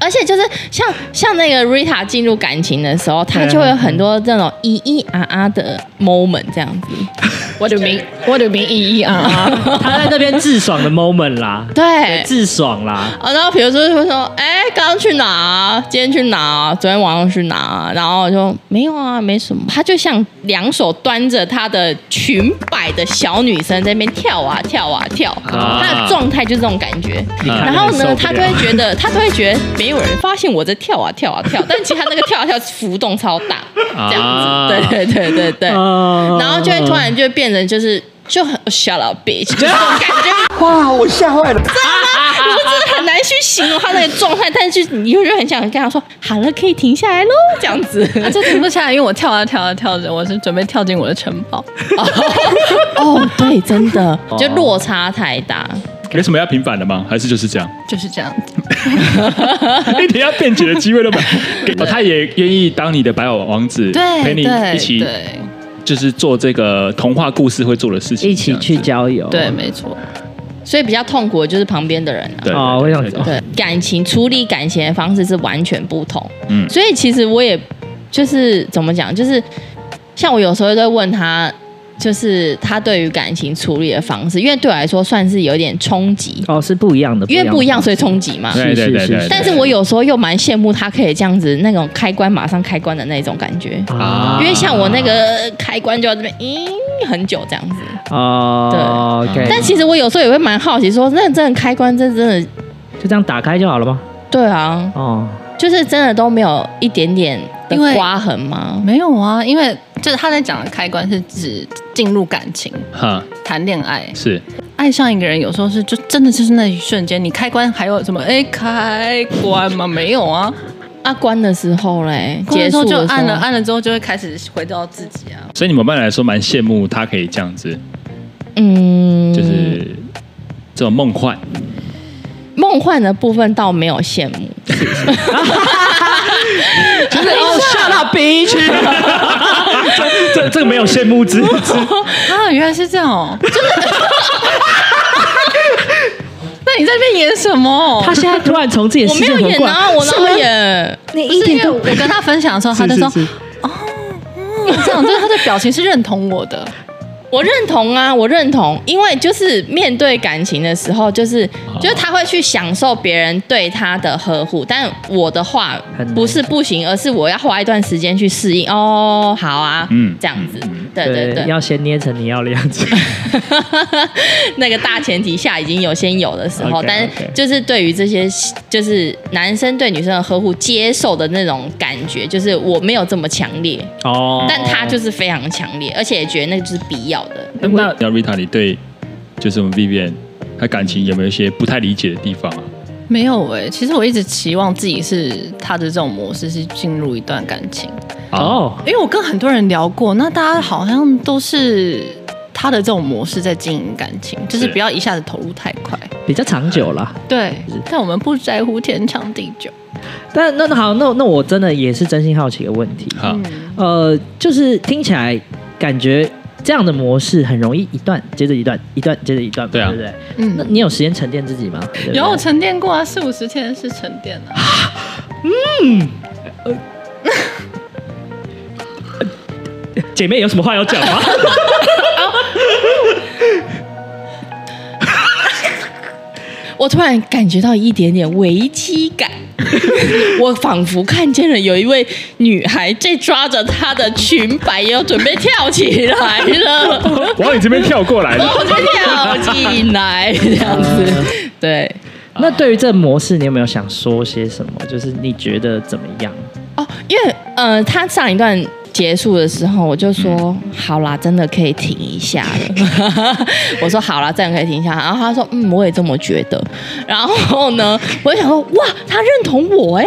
而且就是像像那个 Rita 进入感情的时候，她就会有很多这种咿咿啊啊的 moment 这样子。我的名，我的名意义啊啊！他在那边自爽的 moment 啦， 对，自爽啦。啊，然后比如说就会说，哎，刚刚去哪啊？今天去哪啊？昨天晚上去哪啊？然后我就没有啊，没什么。她就像两手端着她的裙摆的小女生在那边跳啊跳啊跳，啊她的状态就是这种感觉。你看然后受不呢，了他就会觉得，他都会觉得没有人发现我在跳啊跳啊跳，但其实他那个跳啊跳浮动超大，这啊样子，对对对对对，哦然后就会突然就变成就是就很哦 shut up bitch 就是这种感觉，啊哇，我吓坏我了。真的很难去形容他那个状态，但是你就就很想跟他说，好了，可以停下来喽， 这样子。这停不下来，因为我跳啊跳啊跳着，我是准备跳进我的城堡。哦，对，真的 就落差太大，有什么要平反的吗？还是就是这样？就是这样子，一点要辩解的机会都没有。给哦他也愿意当你的白马王子，陪你一起对就是做这个童话故事会做的事情，一起去这样郊游。对，没错。所以比较痛苦的就是旁边的人啊子。。对哦我想对对对，感情处理感情的方式是完全不同。嗯嗯，所以其实我也就是怎么讲，就是像我有时候都会问他，就是他对于感情处理的方式，因为对我来说算是有点冲击，哦，是不一样的，因为不一样所以以冲击嘛。对对对是是对是。但是我有时候又蛮羡慕他可以这样子那种开关马上开关的那种感觉。啊因为像我那个开关就要这边，咦，很久这样子。哦对，OK，但其实我有时候也会蛮好奇说那真的开关，这真的就这样打开就好了吗？对啊，哦，就是真的都没有一点点的因为刮痕吗？没有啊，因为就是他在讲的开关是指进入感情、哈谈恋爱、是爱上一个人，有时候是就真的就是那一瞬间，你开关还有什么？哎，开关吗？没有啊，啊，关的时候嘞，关结的时束候啊的时候就按了，按了之后就会开始回到自己啊。所以你们班来说蛮羡慕他可以这样子，嗯，就是这种梦幻。梦幻的部分倒没有羡慕，哦啊就是哦，下到 bitch，这这这个没有羡慕之之啊，原来是这样哦，真的。 那你在那边演什么？他现在突然从自己的我世没界有很演怪，啊，我哪有演？你一点我跟他分享的时候，他就 说：“哦，嗯这样，就是他的表情是认同我的。我认同啊，我认同，因为就是面对感情的时候，就是就是他会去享受别人对他的呵护，但我的话很难不是不行，而是我要花一段时间去适应。哦，好啊，嗯嗯，这样子，对对对，要先捏成你要的样子。 那个大前提下已经有先有的时候 OK，OK 但是就是对于这些就是男生对女生的呵护接受的那种感觉，就是我没有这么强烈，哦但他就是非常强烈，而且也觉得那个就是必要的。那那 Rita，你对就是我们 Vivian 她感情有没有一些不太理解的地方啊？”没有哎、其实我一直期望自己是他的这种模式，是进入一段感情。啊哦，因为我跟很多人聊过，那大家好像都是他的这种模式在经营感情，就是是不要一下子投入太快。比较长久了。对，但我们不在乎天长地久。但那那好，那那我真的也是真心好奇一个问题，好，呃，就是听起来感觉这样的模式很容易一段接着一段，一段接着一段嘛，对啊对不对？那嗯，你有时间沉淀自己吗？对不对有我沉淀过啊，四五十天是沉淀啊。姐妹有什么话要讲 吗？ 我突然感觉到一点点危机感，我仿佛看见了有一位女孩在抓着她的裙摆，要准备跳起来了，往你这边跳过来了。我就跳进来这样子，对。那对于这模式，你有没有想说些什么？就是你觉得怎么样？哦，因为呃，他上一段结束的时候，我就说、好啦，真的可以停一下了。 我说好啦，真的可以停一下。然后他说嗯，我也这么觉得。然后呢，我就想说哇，他认同我哎、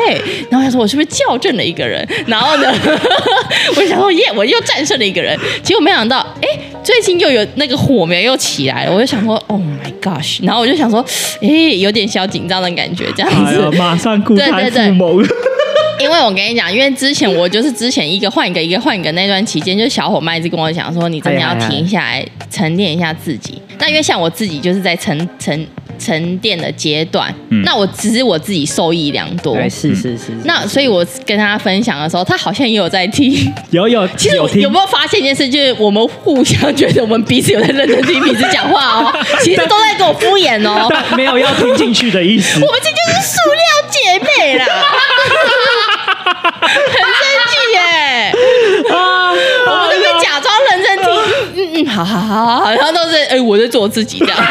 然后他说我是不是校正了一个人？然后呢， 我就想说耶，我又战胜了一个人。结果没想到哎、最近又有那个火苗又起来了。我就想说 Oh my gosh，然后我就想说哎、有点小紧张的感觉这样子。哎马上顾对对对谋。因为我跟你讲，因为之前我就是之前一个换一个，一个换一个那段期间，就是小伙伴一直跟我讲说，你真的要停下来沉淀一下自己。那因为像我自己就是在沉沉沉淀的阶段，嗯那我只是我自己受益良多。对，是是是。是那所以，我跟他分享的时候，他好像也有在听。 有有，其实有我听有没有发现一件事，就是我们互相觉得我们彼此有在认真听彼此讲话 哦，其实都在跟我敷衍哦。但没有要听进去的意思。 我们这就是塑料姐妹啦， 很生气耶、 啊我们都会假装认真哎听，嗯嗯，好好好好好，然后都是哎、我在做我自己这样。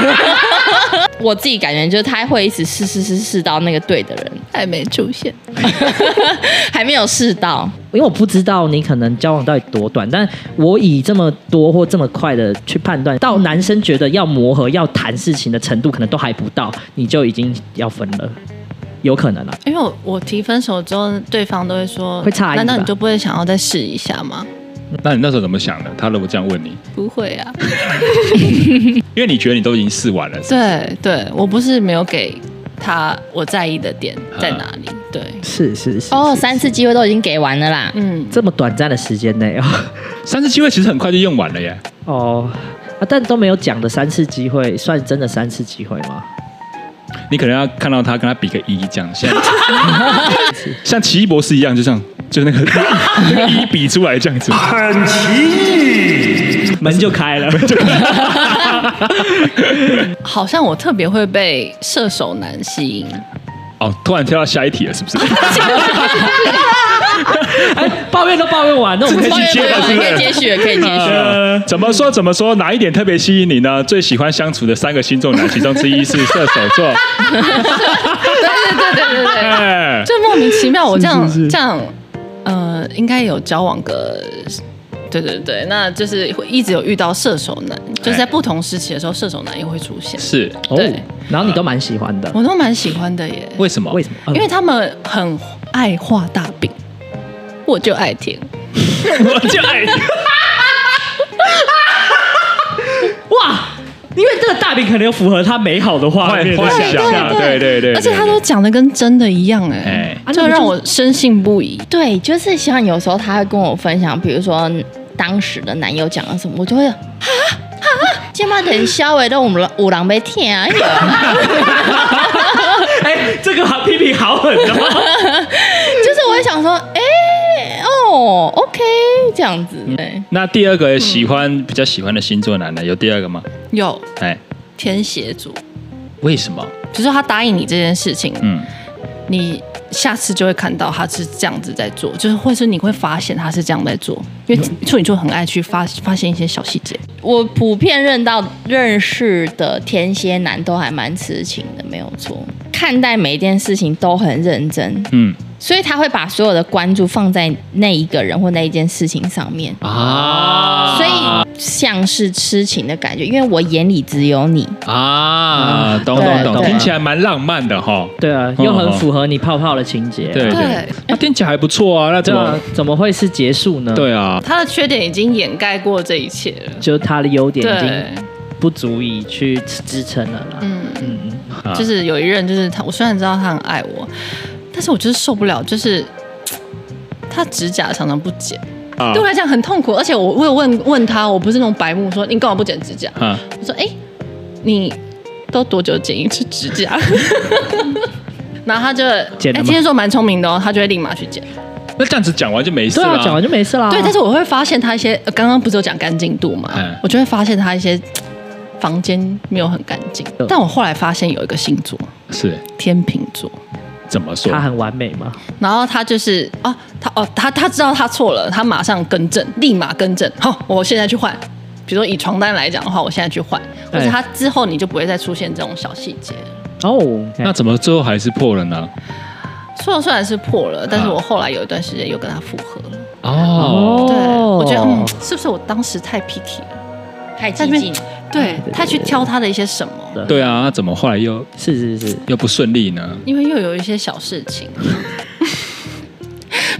我自己感觉就是他会一直试试试试到那个对的 人，还没出现，还没有试到。因为我不知道你可能交往到底多短，但我以这么多或这么快的去判断，到男生觉得要磨合、要谈事情的程度，可能都还不到，你就已经要分了，有可能啊。因为我我提分手之后，对方都会说会诧异吧难道你就不会想要再试一下吗？ 那你那时候怎么想的？他如果这样问你，不会啊，因为你觉得你都已经试完了， 对对，我不是没有给他我在意的点在哪里，对，是是是哦，三次机会都已经给完了啦。嗯，这么短暂的时间内哦，三次机会其实很快就用完了耶。哦啊，但都没有讲的三次机会，算真的三次机会吗？你可能要看到他跟他比个一，这样像像奇异博士一样，就像就那个那个一比出来这样子。 门就开了，好像我特别会被射手男吸引，哦，突然跳到下一题了，是不是？哎，抱怨都抱怨完，那我们自己接吧可是不是以接续了，可以接续了。呃，怎么说怎么说，哪一点特别吸引你呢？最喜欢相处的三个星座男，其中之一是射手座。对对对对对，哎，就莫名其妙，我这样这样，呃，应该有交往个。对对对，那就是会一直有遇到射手男，就是在不同时期的时候，射手男也会出现，是哦对，然后你都蛮喜欢的，我都蛮喜欢的耶。为什么？为什么？呃因为他们很爱画大饼，我就爱听。我就爱你？哇，因为这个大饼可能有符合他美好的画幻面的幻想想象啊，对对对，而且他都讲的跟真的一样哎哎，这让我深信不疑。对，就是像有时候他会跟我分享，比如说当时的男友讲了什么，我就会啊啊，这嘛很消诶，都我们五郎被听啊，哎，这个批评好狠啊哦。就是我会想说，哎、哦，OK，这样子，对，那第二个喜欢比较喜欢的星座男的有第二个吗？有哎，天蝎座，为什么？就是他答应你这件事情，嗯，你下次就会看到他是这样子在做，就是或是你会发现他是这样在做，因为嗯处女座很爱去发发现一些小细节。我普遍认到认识的天蝎男都还蛮痴情的，没有错，看待每一件事情都很认真，嗯所以他会把所有的关注放在那一个人或那一件事情上面，啊所以像是痴情的感觉，因为我眼里只有你，啊，懂对懂懂，对听起来蛮浪漫的哈。 对啊，又很符合你泡泡的情节。对对对，那听起来还不错啊。那怎对啊么？，怎么会是结束呢？，对啊，他的缺点已经掩盖过这一切了。就是他的优点已对经，不足以去支撑了啦。嗯嗯，啊就是有一任，就是他，我虽然知道他很爱我，但是我就是受不了，就是他指甲常常不剪，啊对我来讲很痛苦。而且我我有问问他，我不是那种白目，说你干嘛不剪指甲？啊，我说哎、你都多久剪一次指甲？ 然后他就哎，剪了吗今天说蛮聪明的哦，他就会立马去剪。那这样子讲完就没事对啊了，。讲完就没事啦。对，但是我会发现他一些，呃刚刚不是有讲干净度嘛嗯，我就会发现他一些房间没有很干净。嗯但我后来发现有一个星座，是天秤座。怎么说他？很完美嘛。然后他就是啊，他哦，他他知道他错了，他马上更正，立马更正。好、我现在去换。比如说以床单来讲的话，我现在去换，或者哎他之后你就不会再出现这种小细节了。哦，那怎么最后还是破了呢？虽然虽然是破了，但是啊我后来有一段时间又跟他复合了。哦，对，我觉得嗯，是不是我当时太 picky 了？太激进，对，太去挑他的一些什么，对啊，那怎么后来又是是是，又不顺利呢？因为又有一些小事情。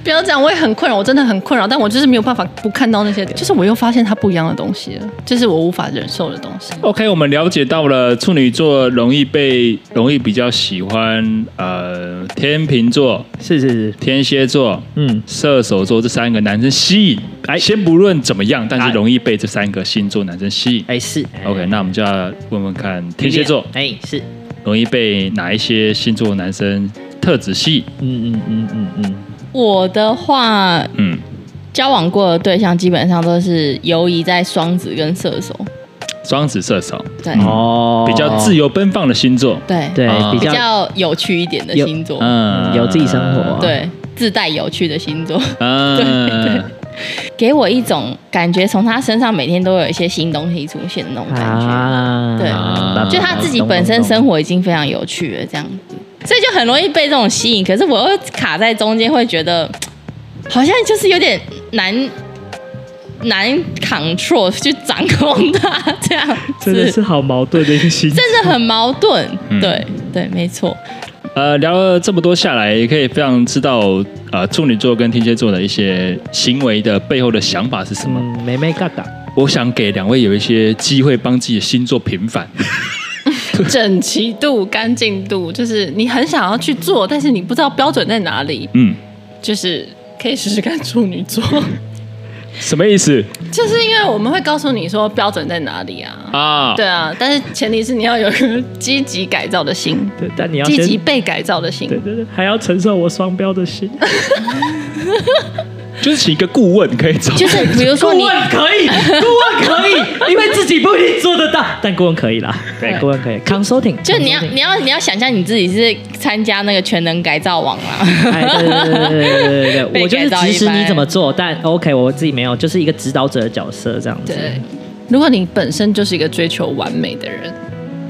不要这样，我也很困扰，我真的很困扰，但我就是没有办法不看到那些，就是我又发现他不一样的东西了，就是我无法忍受的东 西。 OK，我们了解到了处女座容易被容易比较喜欢呃天秤座、是是是，天蝎座、嗯，射手座这三个男生吸引。哎，先不论怎么样，但是哎容易被这三个星座男生吸引。哎是 OK，那我们就要问问看天蝎座哎是，容易被哪一些星座男生特质吸引？嗯嗯嗯嗯嗯，我的话，嗯，交往过的对象基本上都是游移在双子跟射手，双子、射手，对、哦，比较自，由奔放的星座。对对啊，比比较较有趣一点的有星座，嗯有自己生活对，自带有趣的星座， 嗯，给我一种感觉，从他身上每天都有一些新东西出现的那种感觉。啊，对啊就他自己本身生活已经非常有趣了，这样子，所以就很容易被这种吸引。可是我又卡在中间，会觉得好像就是有点难难 control 去掌控它，这样真的是子好矛盾的一个心情。真的很矛盾。嗯对对，没错，呃，聊了这么多下来，也可以非常知道呃处女座跟天蝎座的一些行为的背后的想法是什么。嗯，妹妹嘎嘎，我想给两位有一些机会帮自己的星座平反。整齐度、干净度，就是你很想要去做，但是你不知道标准在哪里，嗯，就是可以试试看处女座，什么意思就是因为我们会告诉你说标准在哪里啊。啊？对啊，但是前提是你要有一个积极改造的心，对，但你要积先极被改造的心对。对对，还要承受我双标的心。就是请一个顾问可以找。就是比如说你 顾问可以，顾问可以，因为自己不一定做得到，但顾问可以啦。对，顾问可以，consulting，就你要你要你要想象你自己是参加那个全能改造啊网 啦，哎，对对对对对对对，被我就是改造指一使你番怎么做，但 OK，我自己没有，就是一个指导者的角色这样子。对，如果你本身就是一个追求完美的人，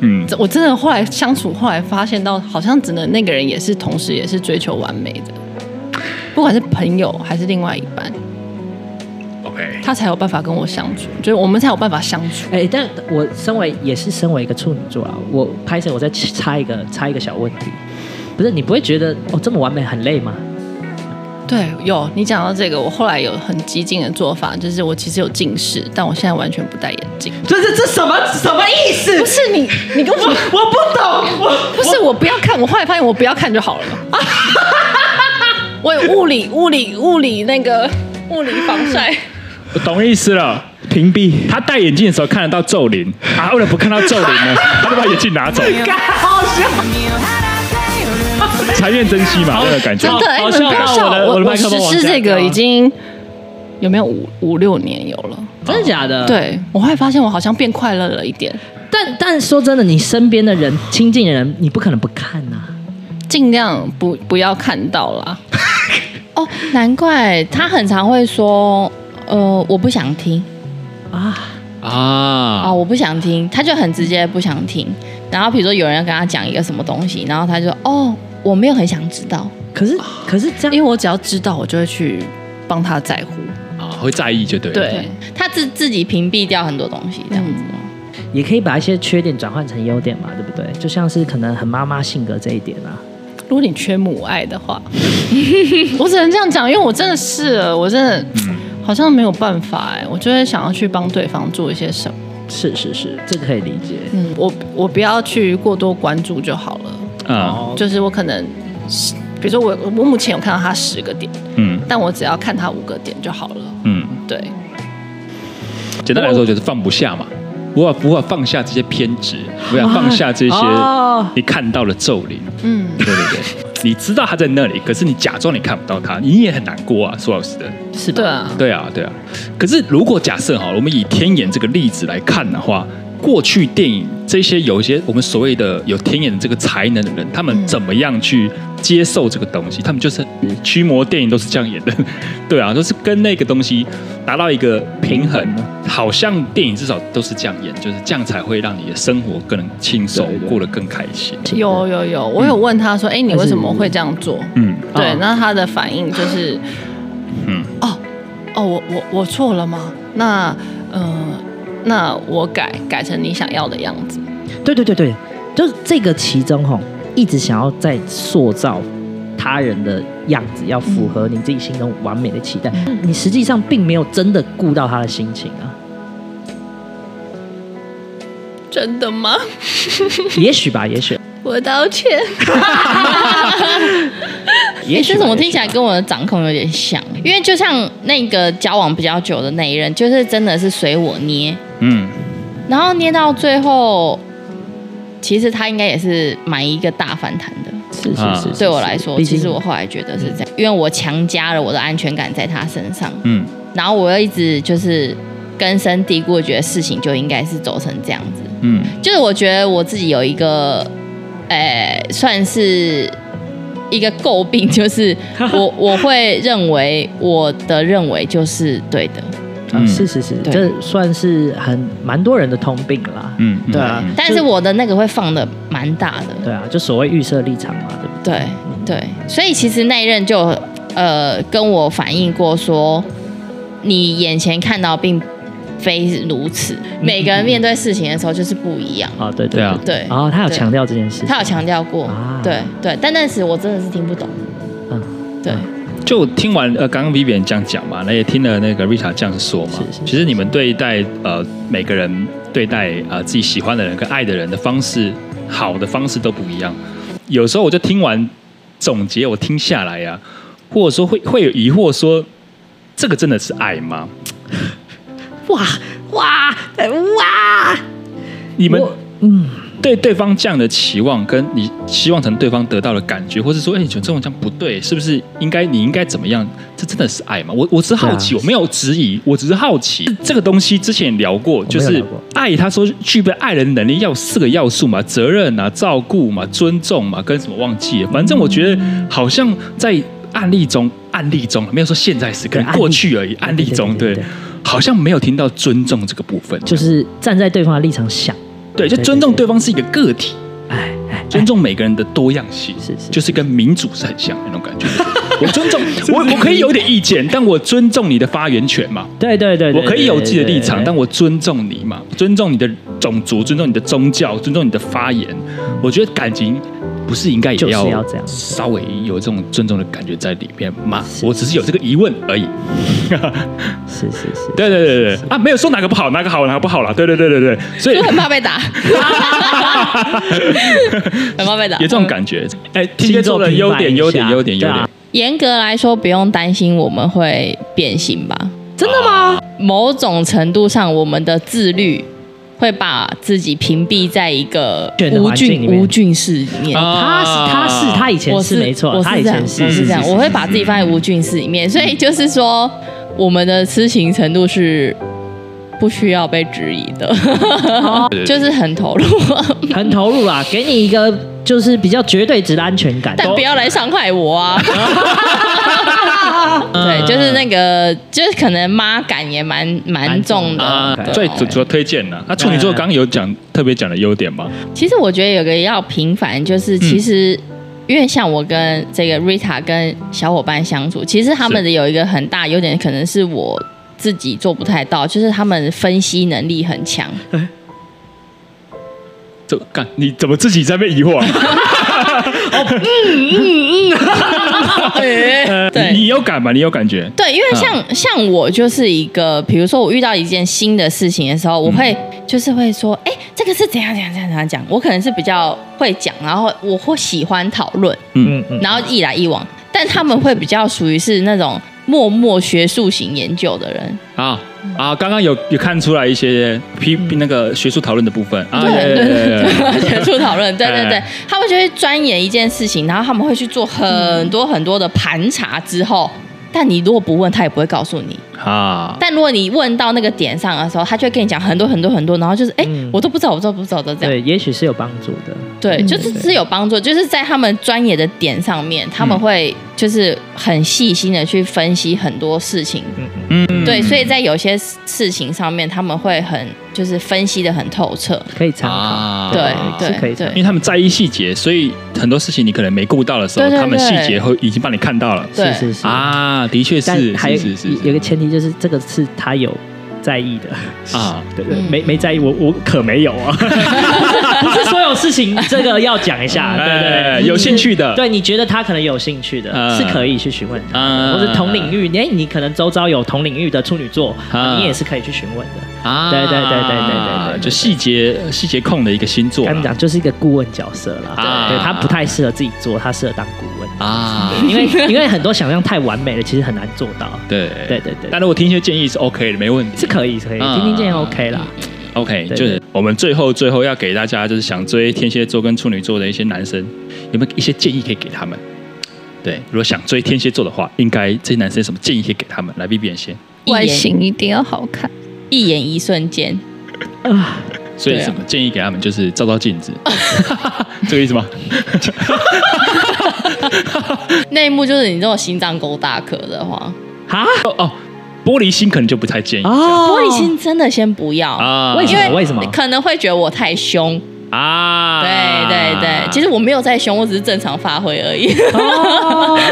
嗯，这我真的后来相处，后来发现到好像只能那个人也是同时也是追求完美的，不管是朋友还是另外一半。 OK 他才有办法跟我相处，就是我们才有办法相处。哎、但我身为也是身为一个处女座啊，我拍摄我再插一个插一个小问题，不是你不会觉得哦这么完美很累吗？对，有你讲到这个，我后来有很激进的做法，就是我其实有近视，但我现在完全不戴眼镜。这这这什么什么意思？不是你，你跟我我我不懂，我不是我不要看，我后来发现我不要看就好了。我有物理、物理、物理那个物理防晒，我懂意思了。屏蔽。他戴眼镜的时候看得到咒灵啊，为了不看到咒 灵呢，他就把眼镜拿走，残念珍惜嘛，那个感觉。真的，哎，好你们不要笑笑我的我我的麦我克实风往施下这个掉已经有没有五五六年有了？真的假嗯的？。对我后来发现我好像变快乐了一点，但但说真的，你身边的人、亲近的人，你不可能不看呐、尽量不不要看到啦。哦，难怪他很常会说，呃，我不想听啊、啊，哦我不想听，他就很直接不想听。然后比如说有人要跟他讲一个什么东西，然后他就哦，我没有很想知道，可是可是这样，啊因为我只要知道，我就会去帮他在乎。啊，会在意就对了。对，他自自己屏蔽掉很多东西，这嗯样子。也可以把一些缺点转换成优点嘛，对不对？就像是可能很妈妈性格这一点啊，如果你缺母爱的话， 我只能这样讲，因为我真的是了，我真的好像没有办法哎、我就会想要去帮对方做一些什么。是是是，这个可以理解。嗯，我我不要去过多关注就好了。啊，就是我可能十，比如说我我目前有看到他十个点，嗯但我只要看他五个点就好了。嗯，对，简单来说就是放不下嘛，无法无法放下这些偏执，无法放下这些哦你看到了咒灵。嗯，对对对，你知道他在那里，可是你假装你看不到他，你也很难过啊。说老实的，是对啊，对啊，对啊。可是如果假设哈，我们以天眼这个例子来看的话，过去电影这些有一些我们所谓的有天眼这个才能的人，他们怎么样去接受这个东西？他们就是驱魔电影都是这样演的， 对啊，都是跟那个东西达到一个平衡。好像电影至少都是这样演，就是这样才会让你的生活更轻松，对对过得更开心。有有有，我有问他说，哎、你为什么会这样做？嗯，对，那他的反应就是，嗯嗯，哦哦，我我我错了吗？那呃，那我改改成你想要的样子。对对对对，就是这个其中吼，一直想要在塑造他人的样子，要符合你自己心中完美的期待，你实际上并没有真的顾到他的心情 啊。真的吗？ 也许吧，也许，我道歉。也哎，许吧这怎么听起来跟我的掌控有点像？因为就像那个交往比较久的那一任，就是真的是随我捏，嗯，然后捏到最后，其实他应该也是买一个大反弹的。是啊是是是，对我来说，毕其竟实我后来觉得是这样，因为我强加了我的安全感在他身上，嗯，然后我又一直就是根深蒂固地觉得事情就应该是走成这样子。嗯，就是我觉得我自己有一个，诶、算是一个诟病， 就是我我会认为我的认为就是对的，啊是是是，对这算是很蛮多人的通病啦。嗯，嗯对啊，但是我的那个会放的蛮大的，对啊，就所谓预设立场嘛，对不对对，所以其实那一任就呃跟我反映过说，你眼前看到并非如此，每个人面对事情的时候就是不一样，对？啊，对对啊对然后他有对强调这件事，他有强调过啊，对对，但那时我真的是听不懂，嗯，对，就听完呃，刚刚 Vivian 这样讲嘛，那也听了那个 Rita 这样说嘛。是是其实你们对待呃每个人对待呃自己喜欢的人跟爱的人的方式，好的方式都不一样。有时候我就听完总结，我听下来呀、或者说会会有疑惑说，这个真的是爱吗？哇哇哇，你们我嗯，对对方这样的期望，跟你希望从对方得到的感觉，或是说，哎、你觉得这种这样不对，是不是应该你应该怎么样？这真的是爱吗？我我只是好奇，对啊我没有质疑，我只是好奇这个东西。之前也聊过，就我没是有聊过爱，他说具备爱人能力要有四个要素嘛，责任啊、照顾嘛、尊重嘛，跟什么忘记啊了，反正我觉得好像在案例中，案例中啊没有说现在是，可对能案例过去而已，案例中对对对对对对，好像没有听到尊重这个部分，就是站在对方的立场想，对，就对尊重对对方是一个个体。哎哎，尊重每个人的多样性，是是就是跟民主是很像的那种感 觉。我尊重，我我可以有点意见，但我尊重你的发言权嘛，对对对，对我可以有自己的立场，对对对但我尊重你嘛，尊重你的种族，尊重你的宗教，尊重你的发言。我觉得感情不是应该也就是要这样稍微有这种尊重的感觉在里面吗？是我只是有这个疑问而已。是是是，对对对对对啊，没有说哪个不好，哪个好，哪个不好啦。对对对对对，所以就 很 怕被打，很怕被打。有这种感觉。哎，天蝎座的优点，优点，优点，优对点啊。严格来说，不用担心我们会变心吧？真的吗？某种程度上，我们的自律会把自己屏蔽在一个圈的无环境里菌面无菌室里面。他是他是他以前我是没错，我他是以这样，前我是这样，我会把自己放在无菌室里面，所以就是说，我们的痴情程度是不需要被质疑的，哦就是很投入， 很投入啦，给你一个就是比较绝对值的安全感。但不要来伤害我 啊！对，就是那个，就是可能妈感也蛮蛮重的啊，，对最主主要推荐呢。那处女座啊刚刚有讲特别讲的优点吗？其实我觉得有个要平凡，就是其实、因为像我跟这个 Rita 跟小伙伴相处，其实他们的有一个很大优点，可能是我自己做不太到，就是他们分析能力很强。这干你怎么自己在被疑惑 啊？ 对呃你你有感吗？你有感觉？对，因为像、像我就是一个，比如说我遇到一件新的事情的时候，我会嗯就是会说，哎、这个是怎样怎样怎样怎样讲，我可能是比较会讲，然后我会喜欢讨论，嗯，然后一来一往，但他们会比较属于是那种默默学术型研究的人，啊嗯啊，刚刚有有看出来一些批那个学术讨论的部分啊，对对对对对 学术讨论，对对对哎，他们就会钻研一件事情，然后他们会去做很多很多的盘查之后。但你如果不问，他也不会告诉你。啊，但如果你问到那个点上的时候，他就会跟你讲很多很多很多，然后就是哎、嗯我都不知道，我都不知道的这样。对，也许是有帮助的。对，就是是有帮助，就是在他们专业的点上面，他们会就是很细心的去分析很多事情。嗯，对，所以在有些事情上面，他们会很就是分析的很透彻。可以参考。啊，对是可对以的因为对他们在意细节，所以很多事情你可能没顾到的时候，对对他们细对节会已经帮你看到了。对是是是，啊，的确但是，还有是是是有是个前提就是这个是他有在意的。啊，对对，嗯没没在意，我我可没有 啊，不是所有事情这个要讲一下，对对哎对，有兴趣的对，你觉得他可能有兴趣的，嗯是可以去询问他的，嗯或者同领域，哎，你可能周遭有同领域的处女座，嗯你也是可以去询问的。啊对对对对对对对对就细节细节控的一个星座啦跟你讲，就是一个顾问角色啦，啊对他不太适合自己做，他适合当顾问，啊，因为因为很多想象太完美了，其实很难做到。对对对对但如果听一些建议是 OK 的，没问题是。可以，是可以，嗯听听见 OK 啦。 OK，对就是我们最后最后要给大家，就是想追天蝎座跟处女座的一些男生，有没有一些建议可以给他们？对，如果想追天蝎座的话，应该这些男生有什么建议可以给他们？来，B B 先，一外眼形一定要好看，一眼一瞬间，所以对啊什么建议给他们？就是照照镜 子，这个意思吗？那一幕就是你这种心脏够大颗的话，啊，哦哦，玻璃心可能就不太建议这样哦玻璃心真的先不要啊为什因么？为什么？可能会觉得我太凶，啊对对对，其实我没有在凶，我只是正常发挥而已。哦对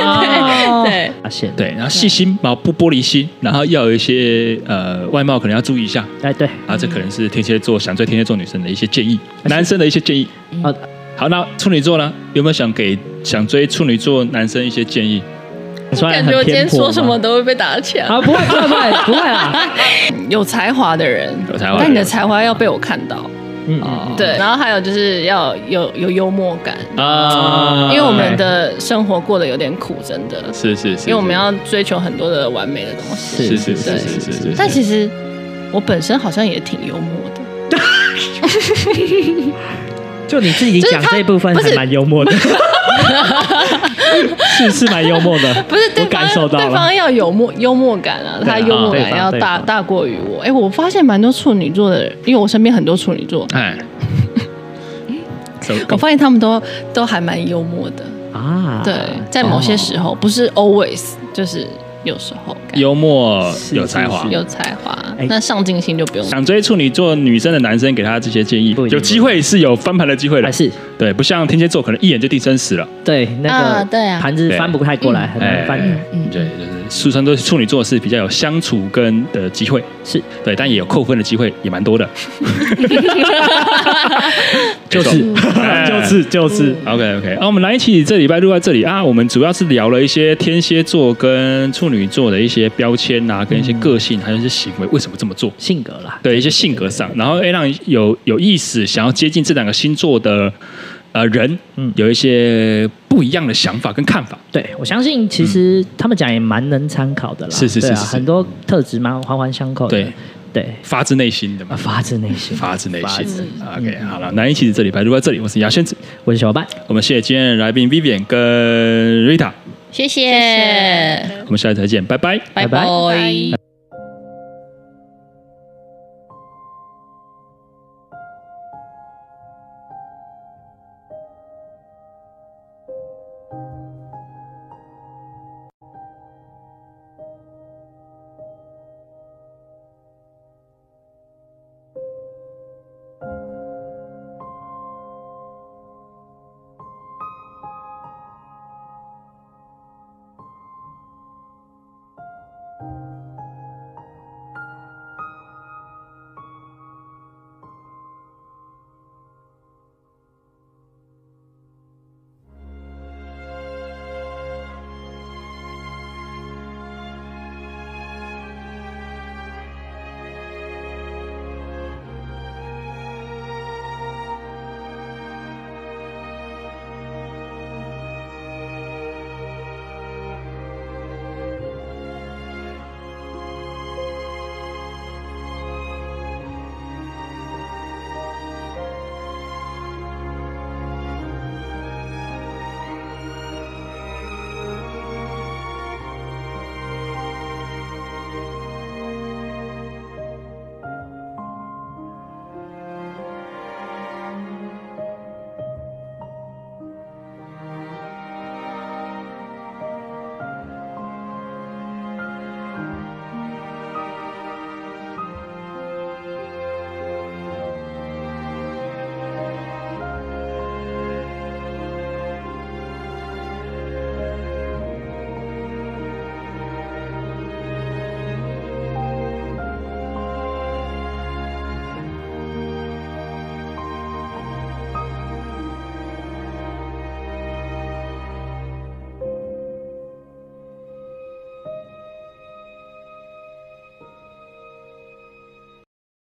对，哦 发现对，然后细心，然后不玻璃心，然后要有一些呃外貌可能要注意一下，哎对，啊，这可能是天蝎座想追天蝎座女生的一些建议，男生的一些建议。嗯啊好，那处女座呢？有没有想给想追处女座男生一些建议？ 虽然感很觉我今偏颇天说什嘛么都会被打起来。啊，不会不会不会不会啦， 有才华的人，有才华的人但你的才华要被我看到。嗯嗯，对，然后还有就是要有有幽默感，啊因为我们的生活过得有点苦，真的，是是是，因为我们要追求很多的完美的东西。是是是是是是是，但其实我本身好像也挺幽默的。就你自己讲这一部分还蛮幽默的， 是是蛮幽默的，不是对我方感受到对了方。要有默幽默感啊，对啊他幽默对感方要对大方大过于我。哎，我发现蛮多处女座的人，因为我身边很多处女座，嗯哎，走我发现他们都都还蛮幽默的。啊，哦对，在某些时候，不是 always，就是有时候感幽默有才是华是。有才华哎，那上进心就不用。想追处女座女生的男生，给她这些建议不一，定有机会是有翻盘的机会的还。是对，不像天蝎座可能一眼就定生死了。对那啊个对啊盘子翻不太过来，很哎，难翻嗯的。对，就是出生都是处女座是比较有相处跟的机会，是对，但也有扣分的机会，也蛮多的。就是哎 就是就是，嗯 OK OK，啊，我们来一起这礼拜录到这里啊，我们主要是聊了一些天蝎座跟处女座的一些标签啊，跟一些个性，还有一些行为，为什么这么做？性格啦，对一些性格上，然后哎，让有有意思想要接近这两个星座的呃人，嗯有一些不不一样的想法跟看法。对，我相信其实他们讲也蛮能参考的啦。嗯是是是对啊是是很多特质蛮环环相扣的。对对，发自内心的啊嘛，发自内心。发自内发心嗯自。 OK，好了，男一起子这礼拜就到这里，我是牙仙子，我是小伙伴，我们谢谢今天的来宾 Vivian 跟 Rita，谢谢，我们下次再见，拜拜。拜拜拜。